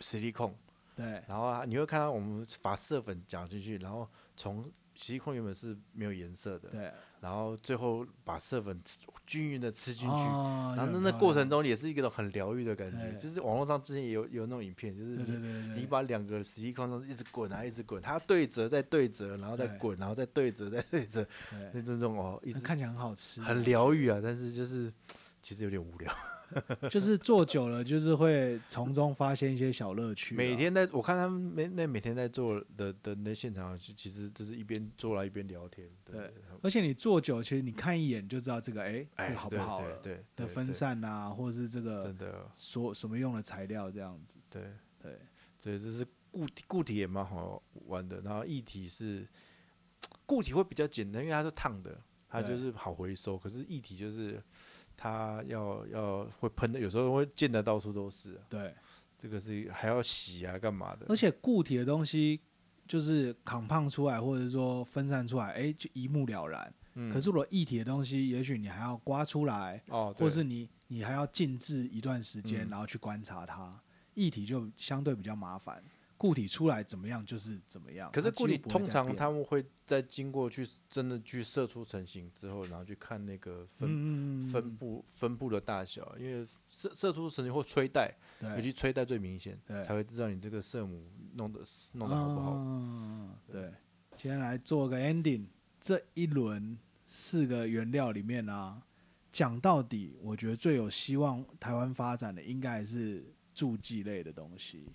S1: 实力控，
S2: 对，
S1: 然后啊你会看到我们把色粉搅进去，然后从实力控原本是没有颜色的，
S2: 对，
S1: 然后最后把色粉吃均匀的吃进去，
S2: 哦，
S1: 然后
S2: 就
S1: 那
S2: 很
S1: 那
S2: 漂
S1: 过程
S2: 亮，
S1: 中也是一个很疗愈的感觉，
S2: 对
S1: 就是网络上之前也有有那种影片，就是
S2: 对对
S1: 你
S2: 对对对，
S1: 你把两个实力控中一直滚啊，一直滚，它对折再对折，然后再
S2: 对
S1: 滚，然后再对折再对折，
S2: 对
S1: 那这种哦，一
S2: 那
S1: 直
S2: 看起来很好吃，
S1: 很疗愈啊，但是就是其实有点无 聊。
S2: 就是做久了，就是会从中发现一些小乐趣啊。
S1: 每天在我看他们每那每天在做的的那现场，就其实就是一边做了一边聊天。
S2: 对
S1: 对，
S2: 而且你做久，其实你看一眼就知道这个，哎，这
S1: 哎，
S2: 个好不
S1: 对
S2: 好
S1: 对
S2: 了
S1: 对
S2: 的
S1: 对
S2: 分
S1: 对
S2: 散啊，或者是这个
S1: 真的
S2: 所什么用的材料这样子。
S1: 对
S2: 对，
S1: 对，就是固体固体也蛮好玩的，然后液体是固体会比较简单，因为它是烫的，它
S2: 对
S1: 就是好回收。可是液体就是它要要会喷的，有时候会溅的到处都是啊、
S2: 对，
S1: 这个是还要洗啊，干嘛的？
S2: 而且固体的东西就是扛胖出来，或者说分散出来，哎，就一目了然。
S1: 嗯，
S2: 可是如果液体的东西，也许你还要刮出来，
S1: 哦，
S2: 或
S1: 对
S2: 是你你还要静置一段时间，
S1: 嗯
S2: 然后去观察它。液体就相对比较麻烦，固体出来怎么样就是怎么样。
S1: 可是
S2: 它几
S1: 固体
S2: 乎不会
S1: 通
S2: 再
S1: 常
S2: 变
S1: 他们会在经过去真的去射出成型之后，然后去看那个分、
S2: 嗯嗯嗯嗯
S1: 分布分布的大小，因为射射出成型或吹带，尤
S2: 对
S1: 其吹带最明显，
S2: 对
S1: 才会知道你这个射母弄的弄得好不好。
S2: 嗯对，今天来做个 ending。这一轮四个原料里面啊，讲到底，我觉得最有希望台湾发展的，应该还是助剂类的东西，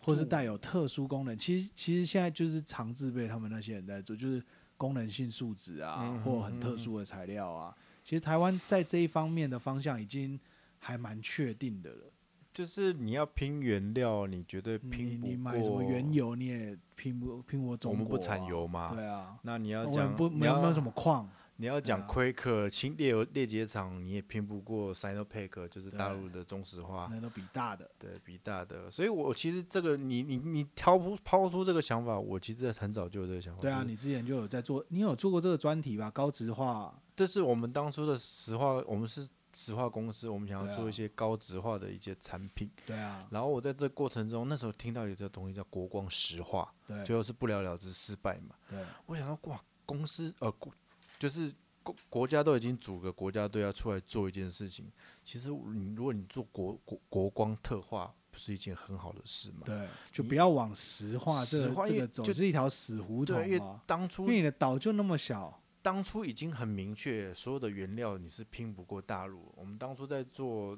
S2: 或是
S1: 助
S2: 带有特殊功能。其实，其实现在就是常自备他们那些人在做，就是功能性树脂啊
S1: 嗯，
S2: 或很特殊的材料啊。其实台湾在这一方面的方向已经还蛮确定的了。
S1: 就是你要拼原料，你绝对
S2: 你
S1: 拼不
S2: 你买
S1: 过
S2: 什么原油你也拼不拼不过中
S1: 我
S2: 国、啊，
S1: 们不产油嘛。
S2: 对啊，
S1: 那你要
S2: 我
S1: 讲
S2: 们不
S1: 你
S2: 没有
S1: 要
S2: 没有什么矿，
S1: 你要
S2: 对
S1: 讲
S2: 啊
S1: Quaker 清裂油裂解厂，你也拼不过 Sinopec，就是
S2: 对
S1: 大陆的中石化。
S2: 那都比大的。
S1: 对比大的，所以我其实这个你你你掏不抛出这个想法，我其实很早就有这个想法。
S2: 对啊，
S1: 就是
S2: 你之前就有在做，你有做过这个专题吧？高值化，
S1: 这是我们当初的石化，我们是石化公司，我们想
S2: 对啊
S1: 要做一些高值化的一些产品。
S2: 对啊，
S1: 然后我在这过程中，那时候听到有这东西叫国光石化，
S2: 对
S1: 最后是不了了之，失败嘛。
S2: 对
S1: 我想到哇，公司呃，国就是国国家都已经组个国家队要出来做一件事情，其实你如果你做国国国光特化，不是一件很好的事吗？
S2: 对，就
S1: 你
S2: 不要往石化这
S1: 石
S2: 个
S1: 化
S2: 这
S1: 因为
S2: 个走，
S1: 就
S2: 这一条死胡同
S1: 对，因为
S2: 啊。
S1: 当
S2: 因
S1: 初
S2: 为你的岛就那么小，
S1: 当初已经很明确，所有的原料你是拼不过大陆。我们当初在做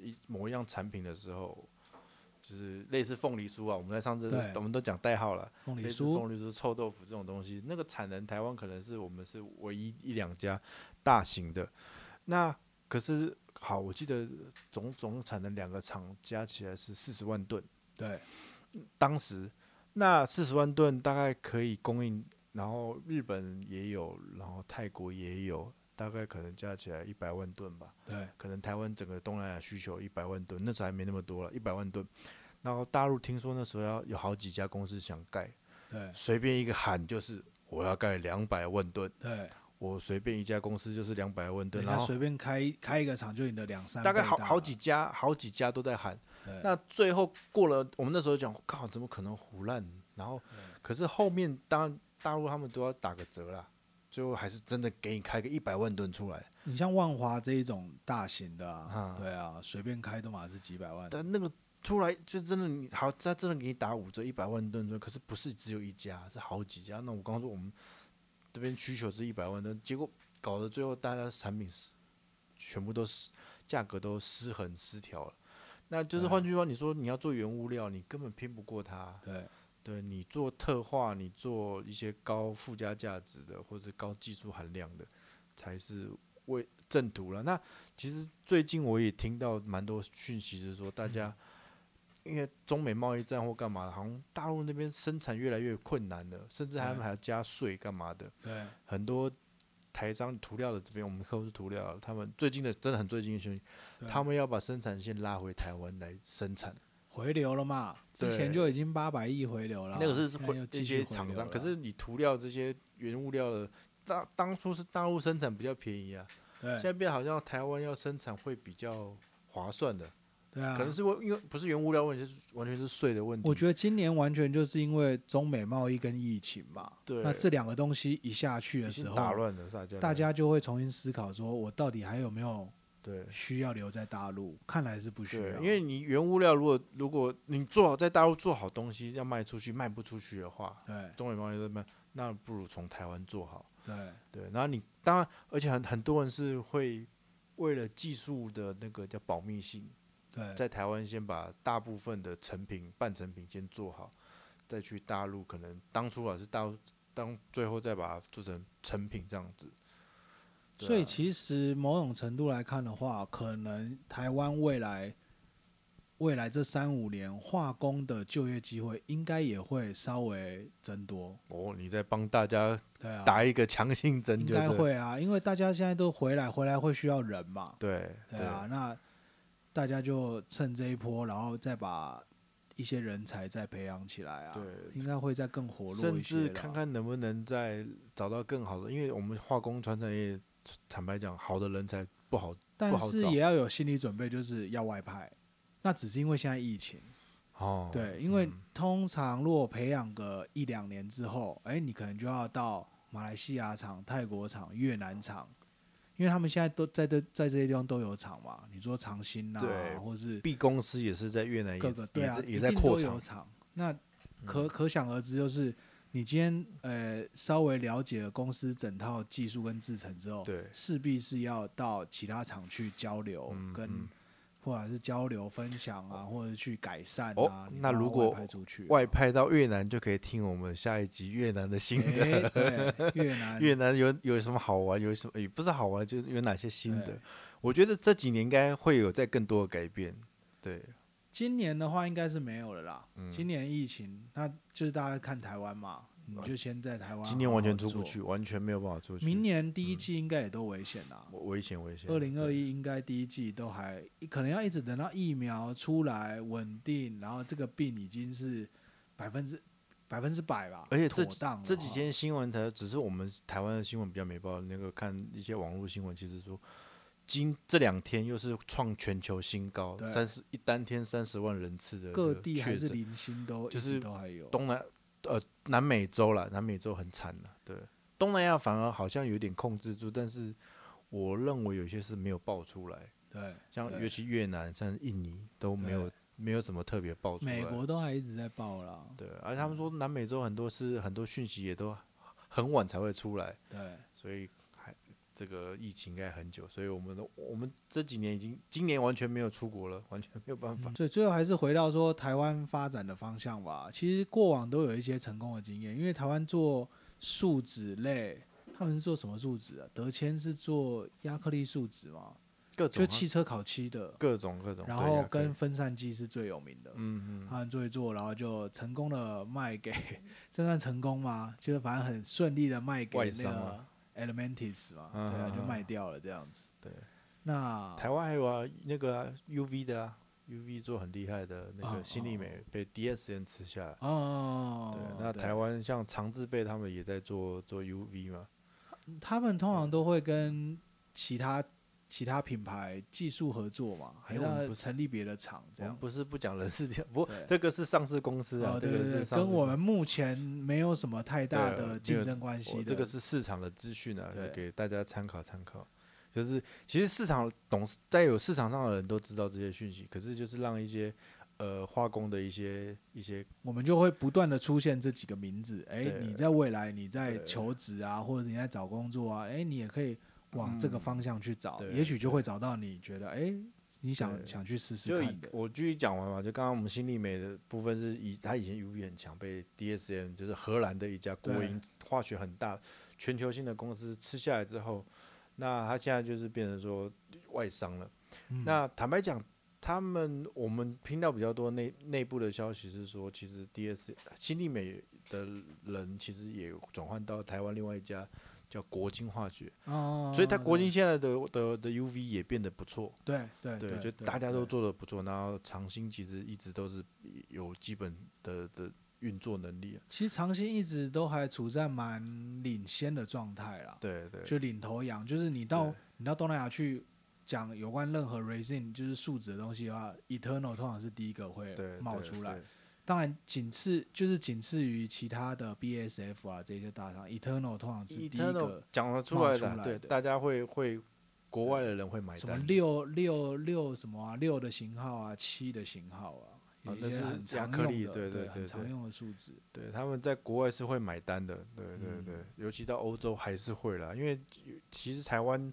S1: 一某一样产品的时候，就是类似凤梨酥啊，我们在上次
S2: 对
S1: 我们都讲代号了，
S2: 凤梨
S1: 类似
S2: 酥
S1: 凤梨酥、臭豆腐这种东西，那个产能台湾可能是我们是唯一一两家大型的。那可是好，我记得总总产能两个厂加起来是四十万吨，
S2: 对
S1: 当时那四十万吨大概可以供应，然后日本也有，然后泰国也有，大概可能加起来一百万吨吧。
S2: 对
S1: 可能台湾整个东南亚需求一百万吨，那时候还没那么多了，一百万吨。然后大陆听说那时候要有好几家公司想盖，
S2: 对
S1: 随便一个喊就是我要盖两百万吨，
S2: 对，
S1: 我随便一家公司就是两百万吨，
S2: 人
S1: 然
S2: 家
S1: 后
S2: 随便开开一个厂就你的两三
S1: 大概
S2: 倍
S1: 好
S2: 大
S1: 好
S2: 了
S1: 几家好几家都在喊，
S2: 对
S1: 那最后过了，我们那时候讲，靠，怎么可能胡烂？然后，可是后面当然大陆他们都要打个折啦，最后还是真的给你开个一百万吨出来。
S2: 你像万华这一种大型的啊
S1: 啊，
S2: 对啊，随便开都嘛是几百万。
S1: 但那个出来就真的你好，他真的给你打五折一百万吨，可是不是只有一家，是好几家。那我刚刚说我们这边需求是一百万吨，结果搞得最后大家的产品是全部都失价格都失衡失调了。那就是
S2: 对啊
S1: 换句话，你说你要做原物料，你根本拼不过它。
S2: 对，
S1: 对你做特化，你做一些高附加价值的或者高技术含量的，才是为正途了。那其实最近我也听到蛮多讯息，是说大家、因为中美贸易战或干嘛的，好像大陆那边生产越来越困难了，甚至他们
S2: 对
S1: 还要加税干嘛的。
S2: 对，
S1: 很多台商涂料的这边，我们客户是涂料的，他们最近的真的很最近的讯息，
S2: 对
S1: 他们要把生产线拉回台湾来生产。
S2: 回流了嘛，之前
S1: 对
S2: 就已经八百亿回流了，
S1: 那个是
S2: 现在
S1: 回
S2: 又
S1: 一
S2: 继续
S1: 些
S2: 回流
S1: 厂商，
S2: 了
S1: 可是你涂料这些原物料的，当当初是大陆生产比较便宜啊，现
S2: 对
S1: 在变好像台湾要生产会比较划算的，
S2: 对啊，
S1: 可能是因为因为不是原物料问题，是完全是税的问题。
S2: 我觉得今年完全就是因为中美贸易跟疫情嘛，
S1: 对
S2: 那这两个东西一下去
S1: 已
S2: 的
S1: 经
S2: 时候，
S1: 打乱了大家，
S2: 大家就会重新思考，说我到底还有没有
S1: 对
S2: 需要留在大陆？看来是不需
S1: 对
S2: 要，，
S1: 因为你原物料如果如果你做好在大陆做好东西要卖出去，卖不出去的话，
S2: 对
S1: 中美贸易这边那不如从台湾做好。
S2: 对
S1: 对，然后你当然，而且很很多人是会为了技术的那个叫保密性。
S2: 对
S1: 在台湾先把大部分的成品、半成品先做好，再去大陆可能当初啊是大陆当最后再把它做成成品这样子。对啊
S2: 所以其实某种程度来看的话，可能台湾未来未来这三五年化工的就业机会应该也会稍微增多，
S1: 哦，你在帮大家
S2: 对啊，
S1: 打一个强心针
S2: 应
S1: 就对
S2: 该
S1: 了，
S2: 会啊，因为大家现在都回来，回来会需要人嘛，
S1: 对
S2: 对啊，那大家就趁这一波，然后再把一些人才再培养起来啊，
S1: 对
S2: 应该会再更活络
S1: 甚
S2: 一些
S1: 至
S2: 啦
S1: 看看能不能再找到更好的，因为我们化工传统业，坦白讲，好的人才不好
S2: 但
S1: 不好
S2: 是
S1: 找
S2: 也要有心理准备，就是要外派。那只是因为现在疫情，
S1: 哦。
S2: 对，因为
S1: 嗯
S2: 通常如果培养个一两年之后，哎、你可能就要到马来西亚厂、泰国厂、越南厂，因为他们现在都在这在这些地方都有厂嘛。你说长兴呐、
S1: 对
S2: 或是
S1: B 公司也是在越南也
S2: 各个对啊，
S1: 也
S2: 一
S1: 在也在
S2: 定
S1: 扩
S2: 都有
S1: 厂，嗯
S2: 厂。那可可想而知，就是你今天呃稍微了解了公司整套技术跟制程之后，
S1: 对
S2: 势必是要到其他厂去交流
S1: 嗯
S2: 跟。
S1: 嗯
S2: 或者是交流分享啊，或者去改善啊。
S1: 哦
S2: 你
S1: 那
S2: 把它
S1: 如果
S2: 外派出去啊
S1: 外派到越南就可以听我们下一集越南的新的。
S2: 哎对越南
S1: 越南有有什么好玩？有什么也不是好玩，就是有哪些新的
S2: 对？
S1: 我觉得这几年应该会有再更多的改变。对，
S2: 今年的话应该是没有了啦。
S1: 嗯
S2: 今年疫情，那就是大家看台湾嘛，你就先在台湾好好做。
S1: 今年完全出不去，完全没有办法出去。
S2: 明年第一季应该也都危险啦。
S1: 我危险危险。
S2: 二零二一应该第一季都还可能要一直等到疫苗出来稳定，然后这个病已经是百分之百分之百吧，
S1: 而且这
S2: 妥当了
S1: 这几
S2: 哈
S1: 天新闻台只是我们台湾的新闻比较没报，那个看一些网络新闻，其实说今这两天又是创全球新高，
S2: 对
S1: 三十一单天三十万人次的
S2: 各
S1: 那个
S2: 地还
S1: 确
S2: 是
S1: 诊
S2: 零星都
S1: 就
S2: 一直
S1: 是
S2: 都还有。
S1: 东南呃南美洲啦，南美洲很惨的，对，东南亚反而好像有点控制住，但是我认为有些是没有爆出来，
S2: 对，
S1: 像
S2: 对
S1: 尤其越南、像印尼都没有没有怎么特别爆出来，
S2: 美国都还一直在报啦。
S1: 对，而且他们说南美洲很多是很多讯息也都很晚才会出来，
S2: 对
S1: 所以还这个疫情应该很久，所以我们都我们这几年已经今年完全没有出国了，完全没有办法，
S2: 所以最后还是回到说台湾发展的方向吧。其实过往都有一些成功的经验，因为台湾做树脂类，他们是做什么树脂啊？德谦是做亚克力树脂嘛，
S1: 各种
S2: 就
S1: 啊
S2: 汽车烤漆的，
S1: 各种各种，
S2: 然
S1: 哦对
S2: 后
S1: 呀可
S2: 跟
S1: 以
S2: 分散剂是最有名的。
S1: 嗯嗯
S2: 他们做一做，然后就成功的卖给，这算成功吗？就是反正很顺利的卖给
S1: 外
S2: 那
S1: 商
S2: 个
S1: 啊
S2: Elementis 嘛，
S1: 嗯
S2: 对啊，
S1: 嗯
S2: 就
S1: 嗯
S2: 卖掉了这样子。
S1: 对。
S2: 那
S1: 台湾还有啊，那个啊 UV 的啊，UV 做很厉害的那
S2: 哦
S1: 个新力美被 DSN 吃下来。
S2: 哦
S1: 对，，那
S2: 对
S1: 台湾像长治贝他们也在做做 UV 嘛，
S2: 他们通常都会跟其他其他品牌技术合作嘛，还
S1: 哎我们
S2: 要
S1: 不是
S2: 成立别的厂这
S1: 我们
S2: 样。
S1: 不是不讲人事 调，不
S2: 对，
S1: 这个是上市公司啊，
S2: 哦，
S1: 这
S2: 对
S1: 个
S2: 对
S1: 是
S2: 对，
S1: 上市
S2: 跟我
S1: 公
S2: 们目前没有什么太大
S1: 对没
S2: 的
S1: 有
S2: 竞争关系
S1: 我
S2: 的。
S1: 这个是市场的资讯啊，
S2: 对
S1: 给大家参考参考。就是其实市场懂在有市场上的人都知道这些讯息，可是就是让一些呃化工的一些一些
S2: 我们就会不断的出现这几个名字。哎、
S1: 对
S2: 你在未来你在
S1: 对
S2: 求职啊，或者你在找工作啊，哎、你也可以往这个
S1: 嗯
S2: 方向去找，
S1: 对
S2: 也许就会找到你觉得哎、你想
S1: 对
S2: 想去试试
S1: 就以
S2: 看的。
S1: 我继续讲完嘛，就刚刚我们新力美的部分是以它以前 UV 很强，被 DSM 就是荷兰的一家国
S2: 对
S1: 营化学很大全球性的公司吃下来之后，那它现在就是变成说外商了。
S2: 嗯
S1: 那坦白讲，他们我们听到比较多内内部的消息是说，其实 DS 新力美的人其实也转换到台湾另外一家叫国金化学，
S2: 哦，
S1: 所以它国金现在的的的 UV 也变得不错，
S2: 对对
S1: 对，
S2: 哎对，
S1: 就
S2: 对
S1: 大家都
S2: 对
S1: 做的不错，然后长兴其实一直都是有基本的的运作能力啊，
S2: 其实长兴一直都还处在蛮领先的状态啦，
S1: 对对，
S2: 就领头羊，就是你到
S1: 对
S2: 你到东南亚去讲有关任何 resin 就是树脂的东西的话，Eternal 通常是第一个会
S1: 对
S2: 冒
S1: 对
S2: 出来
S1: 对。
S2: 当然，仅次就是仅次于其他的 BSF 啊这些大厂，Eternal 通常是第一
S1: Eternal
S2: 个
S1: 讲得出
S2: 冒
S1: 来
S2: 出
S1: 的啊，
S2: 来
S1: 对，
S2: 的
S1: 大家会会国外的人会买
S2: 什么
S1: 单的。
S2: 六六六什么啊六的型号啊七的型号啊，有
S1: 啊
S2: 一
S1: 那
S2: 些
S1: 是
S2: 很
S1: 亚
S2: 常
S1: 克
S2: 用
S1: 力
S2: 的，
S1: 对对对
S2: 很
S1: 对
S2: 常用的树脂，
S1: 对，他们在国外是会买单的，对对
S2: 嗯
S1: 对，尤其到欧洲还是会啦，因为其实台湾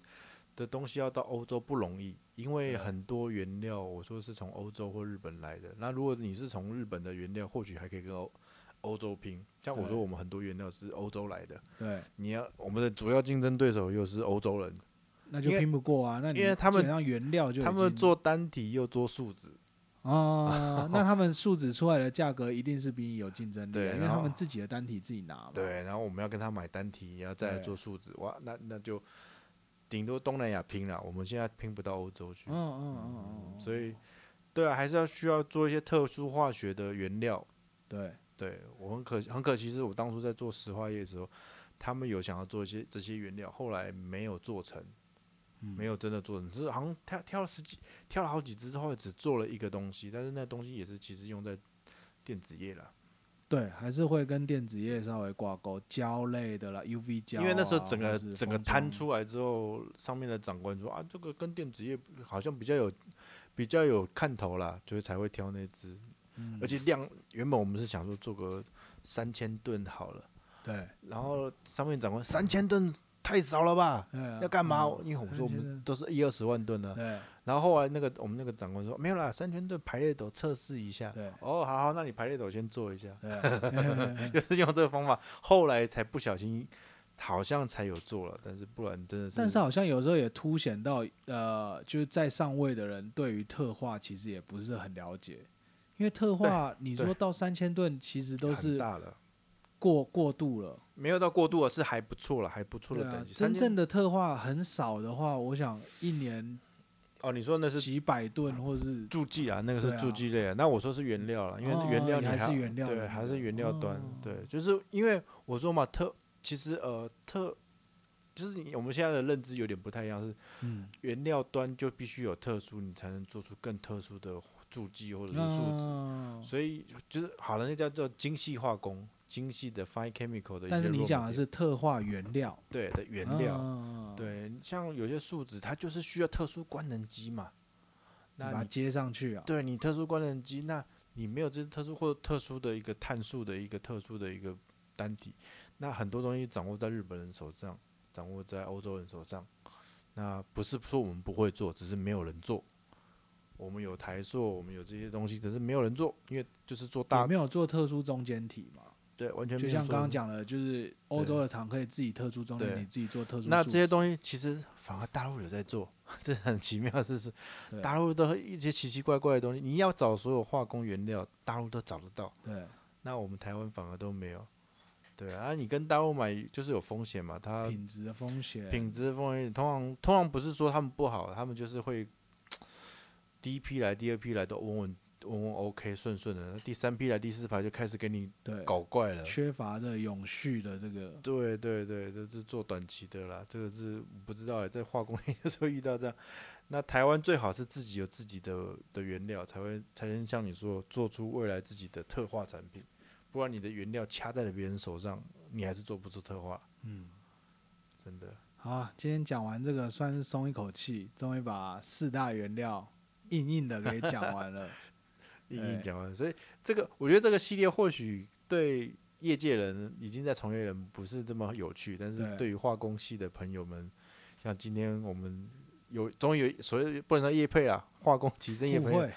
S1: 的东西要到欧洲不容易，因为
S2: 对啊
S1: 很多原料我说是从欧洲或日本来的，那如果你是从日本的原料，或许还可以跟欧欧洲拼，像我
S2: 对
S1: 说我们很多原料是欧洲来的，
S2: 对，
S1: 你要我们的主要竞争对手又是欧洲人，
S2: 那就
S1: 因为
S2: 拼不过啊。那你
S1: 因为他们
S2: 基本上原料就
S1: 他
S2: 已
S1: 们
S2: 经
S1: 做单体又做树脂，
S2: 啊，那他们树脂出来的价格一定是比你有竞争力啊
S1: 对
S2: 的，因为
S1: 然
S2: 他
S1: 后
S2: 们自己的单体自己拿嘛。
S1: 对，然后我们要跟他买单体，然后再来
S2: 啊对
S1: 做树脂，哇，那那就顶多东南亚拼了，我们现在拼不到欧洲去
S2: 嗯，。嗯嗯嗯嗯，
S1: 所以，对啊，还是要需要做一些特殊化学的原料。
S2: 对
S1: 对我很可很可惜，是我当初在做石化业的时候，他们有想要做一些这些原料，后来没有做成，没
S2: 有
S1: 有真的做成，只是好像挑挑了十几，挑了好几支之后，只做了一个东西，但是那东西也是其实用在电子业啦，
S2: 对，还是会跟电子业稍微挂钩，胶类的啦，UV 胶啊，
S1: 因为那时候整
S2: 或
S1: 个
S2: 是
S1: 整个
S2: 封
S1: 摊
S2: 装，
S1: 出来之后，上面的长官说啊，这个跟电子业好像比较有比较有看头啦，所以才会挑那支。
S2: 嗯
S1: 而且量原本我们是想说做个三千吨好了，
S2: 对
S1: 然后上面长官三千吨太少了吧？
S2: 对啊
S1: 要干嘛？
S2: 嗯
S1: 因为我说我
S2: 3000
S1: 们
S2: 吨
S1: 都是一二十万吨的，
S2: 对
S1: 然后后来那个我们那个长官说没有啦，三千吨排列斗测试一下。
S2: 对
S1: 哦，好好，那你排列斗先做一下，
S2: 对
S1: 就， 是用这个方法，后来才不小心好像才有做了，但是不然真的是。
S2: 但是好像有时候也凸显到，呃，就是在上位的人对于特化其实也不是很了解，因为特化你
S1: 对
S2: 说到三千吨，其实都
S1: 很
S2: 是
S1: 大了，
S2: 过过度了。
S1: 没有到过度了，啊是还不错了，还不错
S2: 对
S1: 的
S2: 啊
S1: 等级。，
S2: 真
S1: 3000
S2: 正的特化很少的话，我想一年
S1: 哦，你说那是
S2: 几百吨，或是
S1: 助剂啊，那个是
S2: 对啊
S1: 助剂类啊。那我说是原料了，因为原料
S2: 哦
S1: 你
S2: 还
S1: 要
S2: 是原料的
S1: 对，还是原料端
S2: 哦，
S1: 对，就是因为我说嘛，特其实呃特，就是你我们现在的认知有点不太一样，是
S2: 嗯
S1: 原料端就必须有特殊，你才能做出更特殊的助剂或者是树脂。
S2: 嗯啊
S1: 所以就是好了，那叫做精细化工，精细的 fine chemical 的一些 raw material。
S2: 但是你讲的是特化原料，
S1: 对的原料，
S2: 啊，
S1: 对，像有些树脂它就是需要特殊官能基嘛，
S2: 你把
S1: 那
S2: 它
S1: 你
S2: 接上去啊，
S1: 对你特殊官能基，那你没有这特殊或特殊的一个碳素的一个特殊的一个单体，那很多东西掌握在日本人手上，掌握在欧洲人手上，那不是说我们不会做，只是没有人做。我们有台塑，我们有这些东西，只是没有人做，因为就是做
S2: 也
S1: 大
S2: 没有做特殊中间体嘛。
S1: 对，完全没
S2: 就
S1: 有
S2: 像
S1: 做
S2: 刚刚
S1: 什么。
S2: 讲的，就是欧洲的厂可以自己特殊中间
S1: 对
S2: 体，自己做特殊树脂。
S1: 那这些东西其实反而大陆有在做，这很奇妙，是是
S2: 对
S1: 大陆都一些奇奇怪怪的东西，你要找所有化工原料，大陆都找得到，
S2: 对
S1: 那我们台湾反而都没有。对啊，你跟大陆买就是有风险嘛，它
S2: 品质的风险，
S1: 呃品质风险通常通常不是说他们不好，他们就是会第一批来、第二批来都稳稳稳稳 OK 顺顺的，那第三批来第四排就开始给你
S2: 对，
S1: 搞怪了。
S2: 缺乏的永续的这个，
S1: 对对对，这是做短期的啦，这个是不知道哎，在化工 业就是会遇到这样。那台湾最好是自己有自己的的原料，才会才能像你说做出未来自己的特化产品，不然你的原料掐在了别人手上，你还是做不出特化，
S2: 嗯，
S1: 真的。
S2: 好啊，今天讲完这个算是松一口气，终于把四大原料硬硬的给讲 完了。
S1: 硬
S2: 哎
S1: 硬讲完，所以这个我觉得这个系列或许对业界人已经在从业人不是这么有趣，但
S2: 对
S1: 是对于化工系的朋友们，像今天我们有终于有所谓不能说业配啊，化工奇珍业
S2: 不
S1: 配
S2: 会，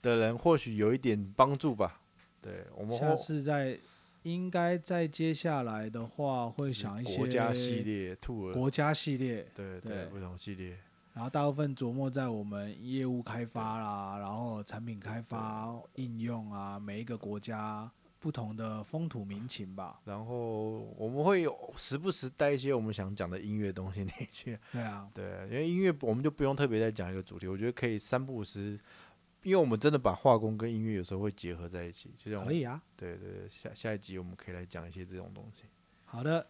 S1: 的人或许有一点帮助吧。对我们
S2: 下
S1: 后
S2: 次再应该在接下来的话会
S1: 是
S2: 想一些
S1: 国家系列兔儿，
S2: 国家系列
S1: 对
S2: 对
S1: 对不同系列，
S2: 然后大部分琢磨在我们业务开发啦，然后产品开发、应用啊，每一个国家不同的风土民情吧。
S1: 然后我们会有时不时带一些我们想讲的音乐东西 进去。
S2: 对啊，
S1: 对，因为音乐我们就不用特别再讲一个主题，我觉得可以三不五时，因为我们真的把化工跟音乐有时候会结合在一起，就像我
S2: 可以啊。
S1: 对对对，下下一集我们可以来讲一些这种东西。
S2: 好的，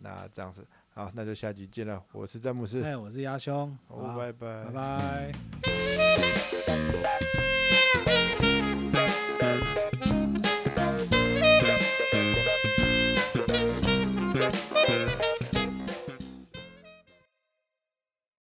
S1: 那这样子，好，那就下集见了。我是詹姆斯，哦
S2: 哎，我是鸭兄，
S1: 好
S2: 好吧
S1: 拜拜
S2: 拜拜。
S3: Thank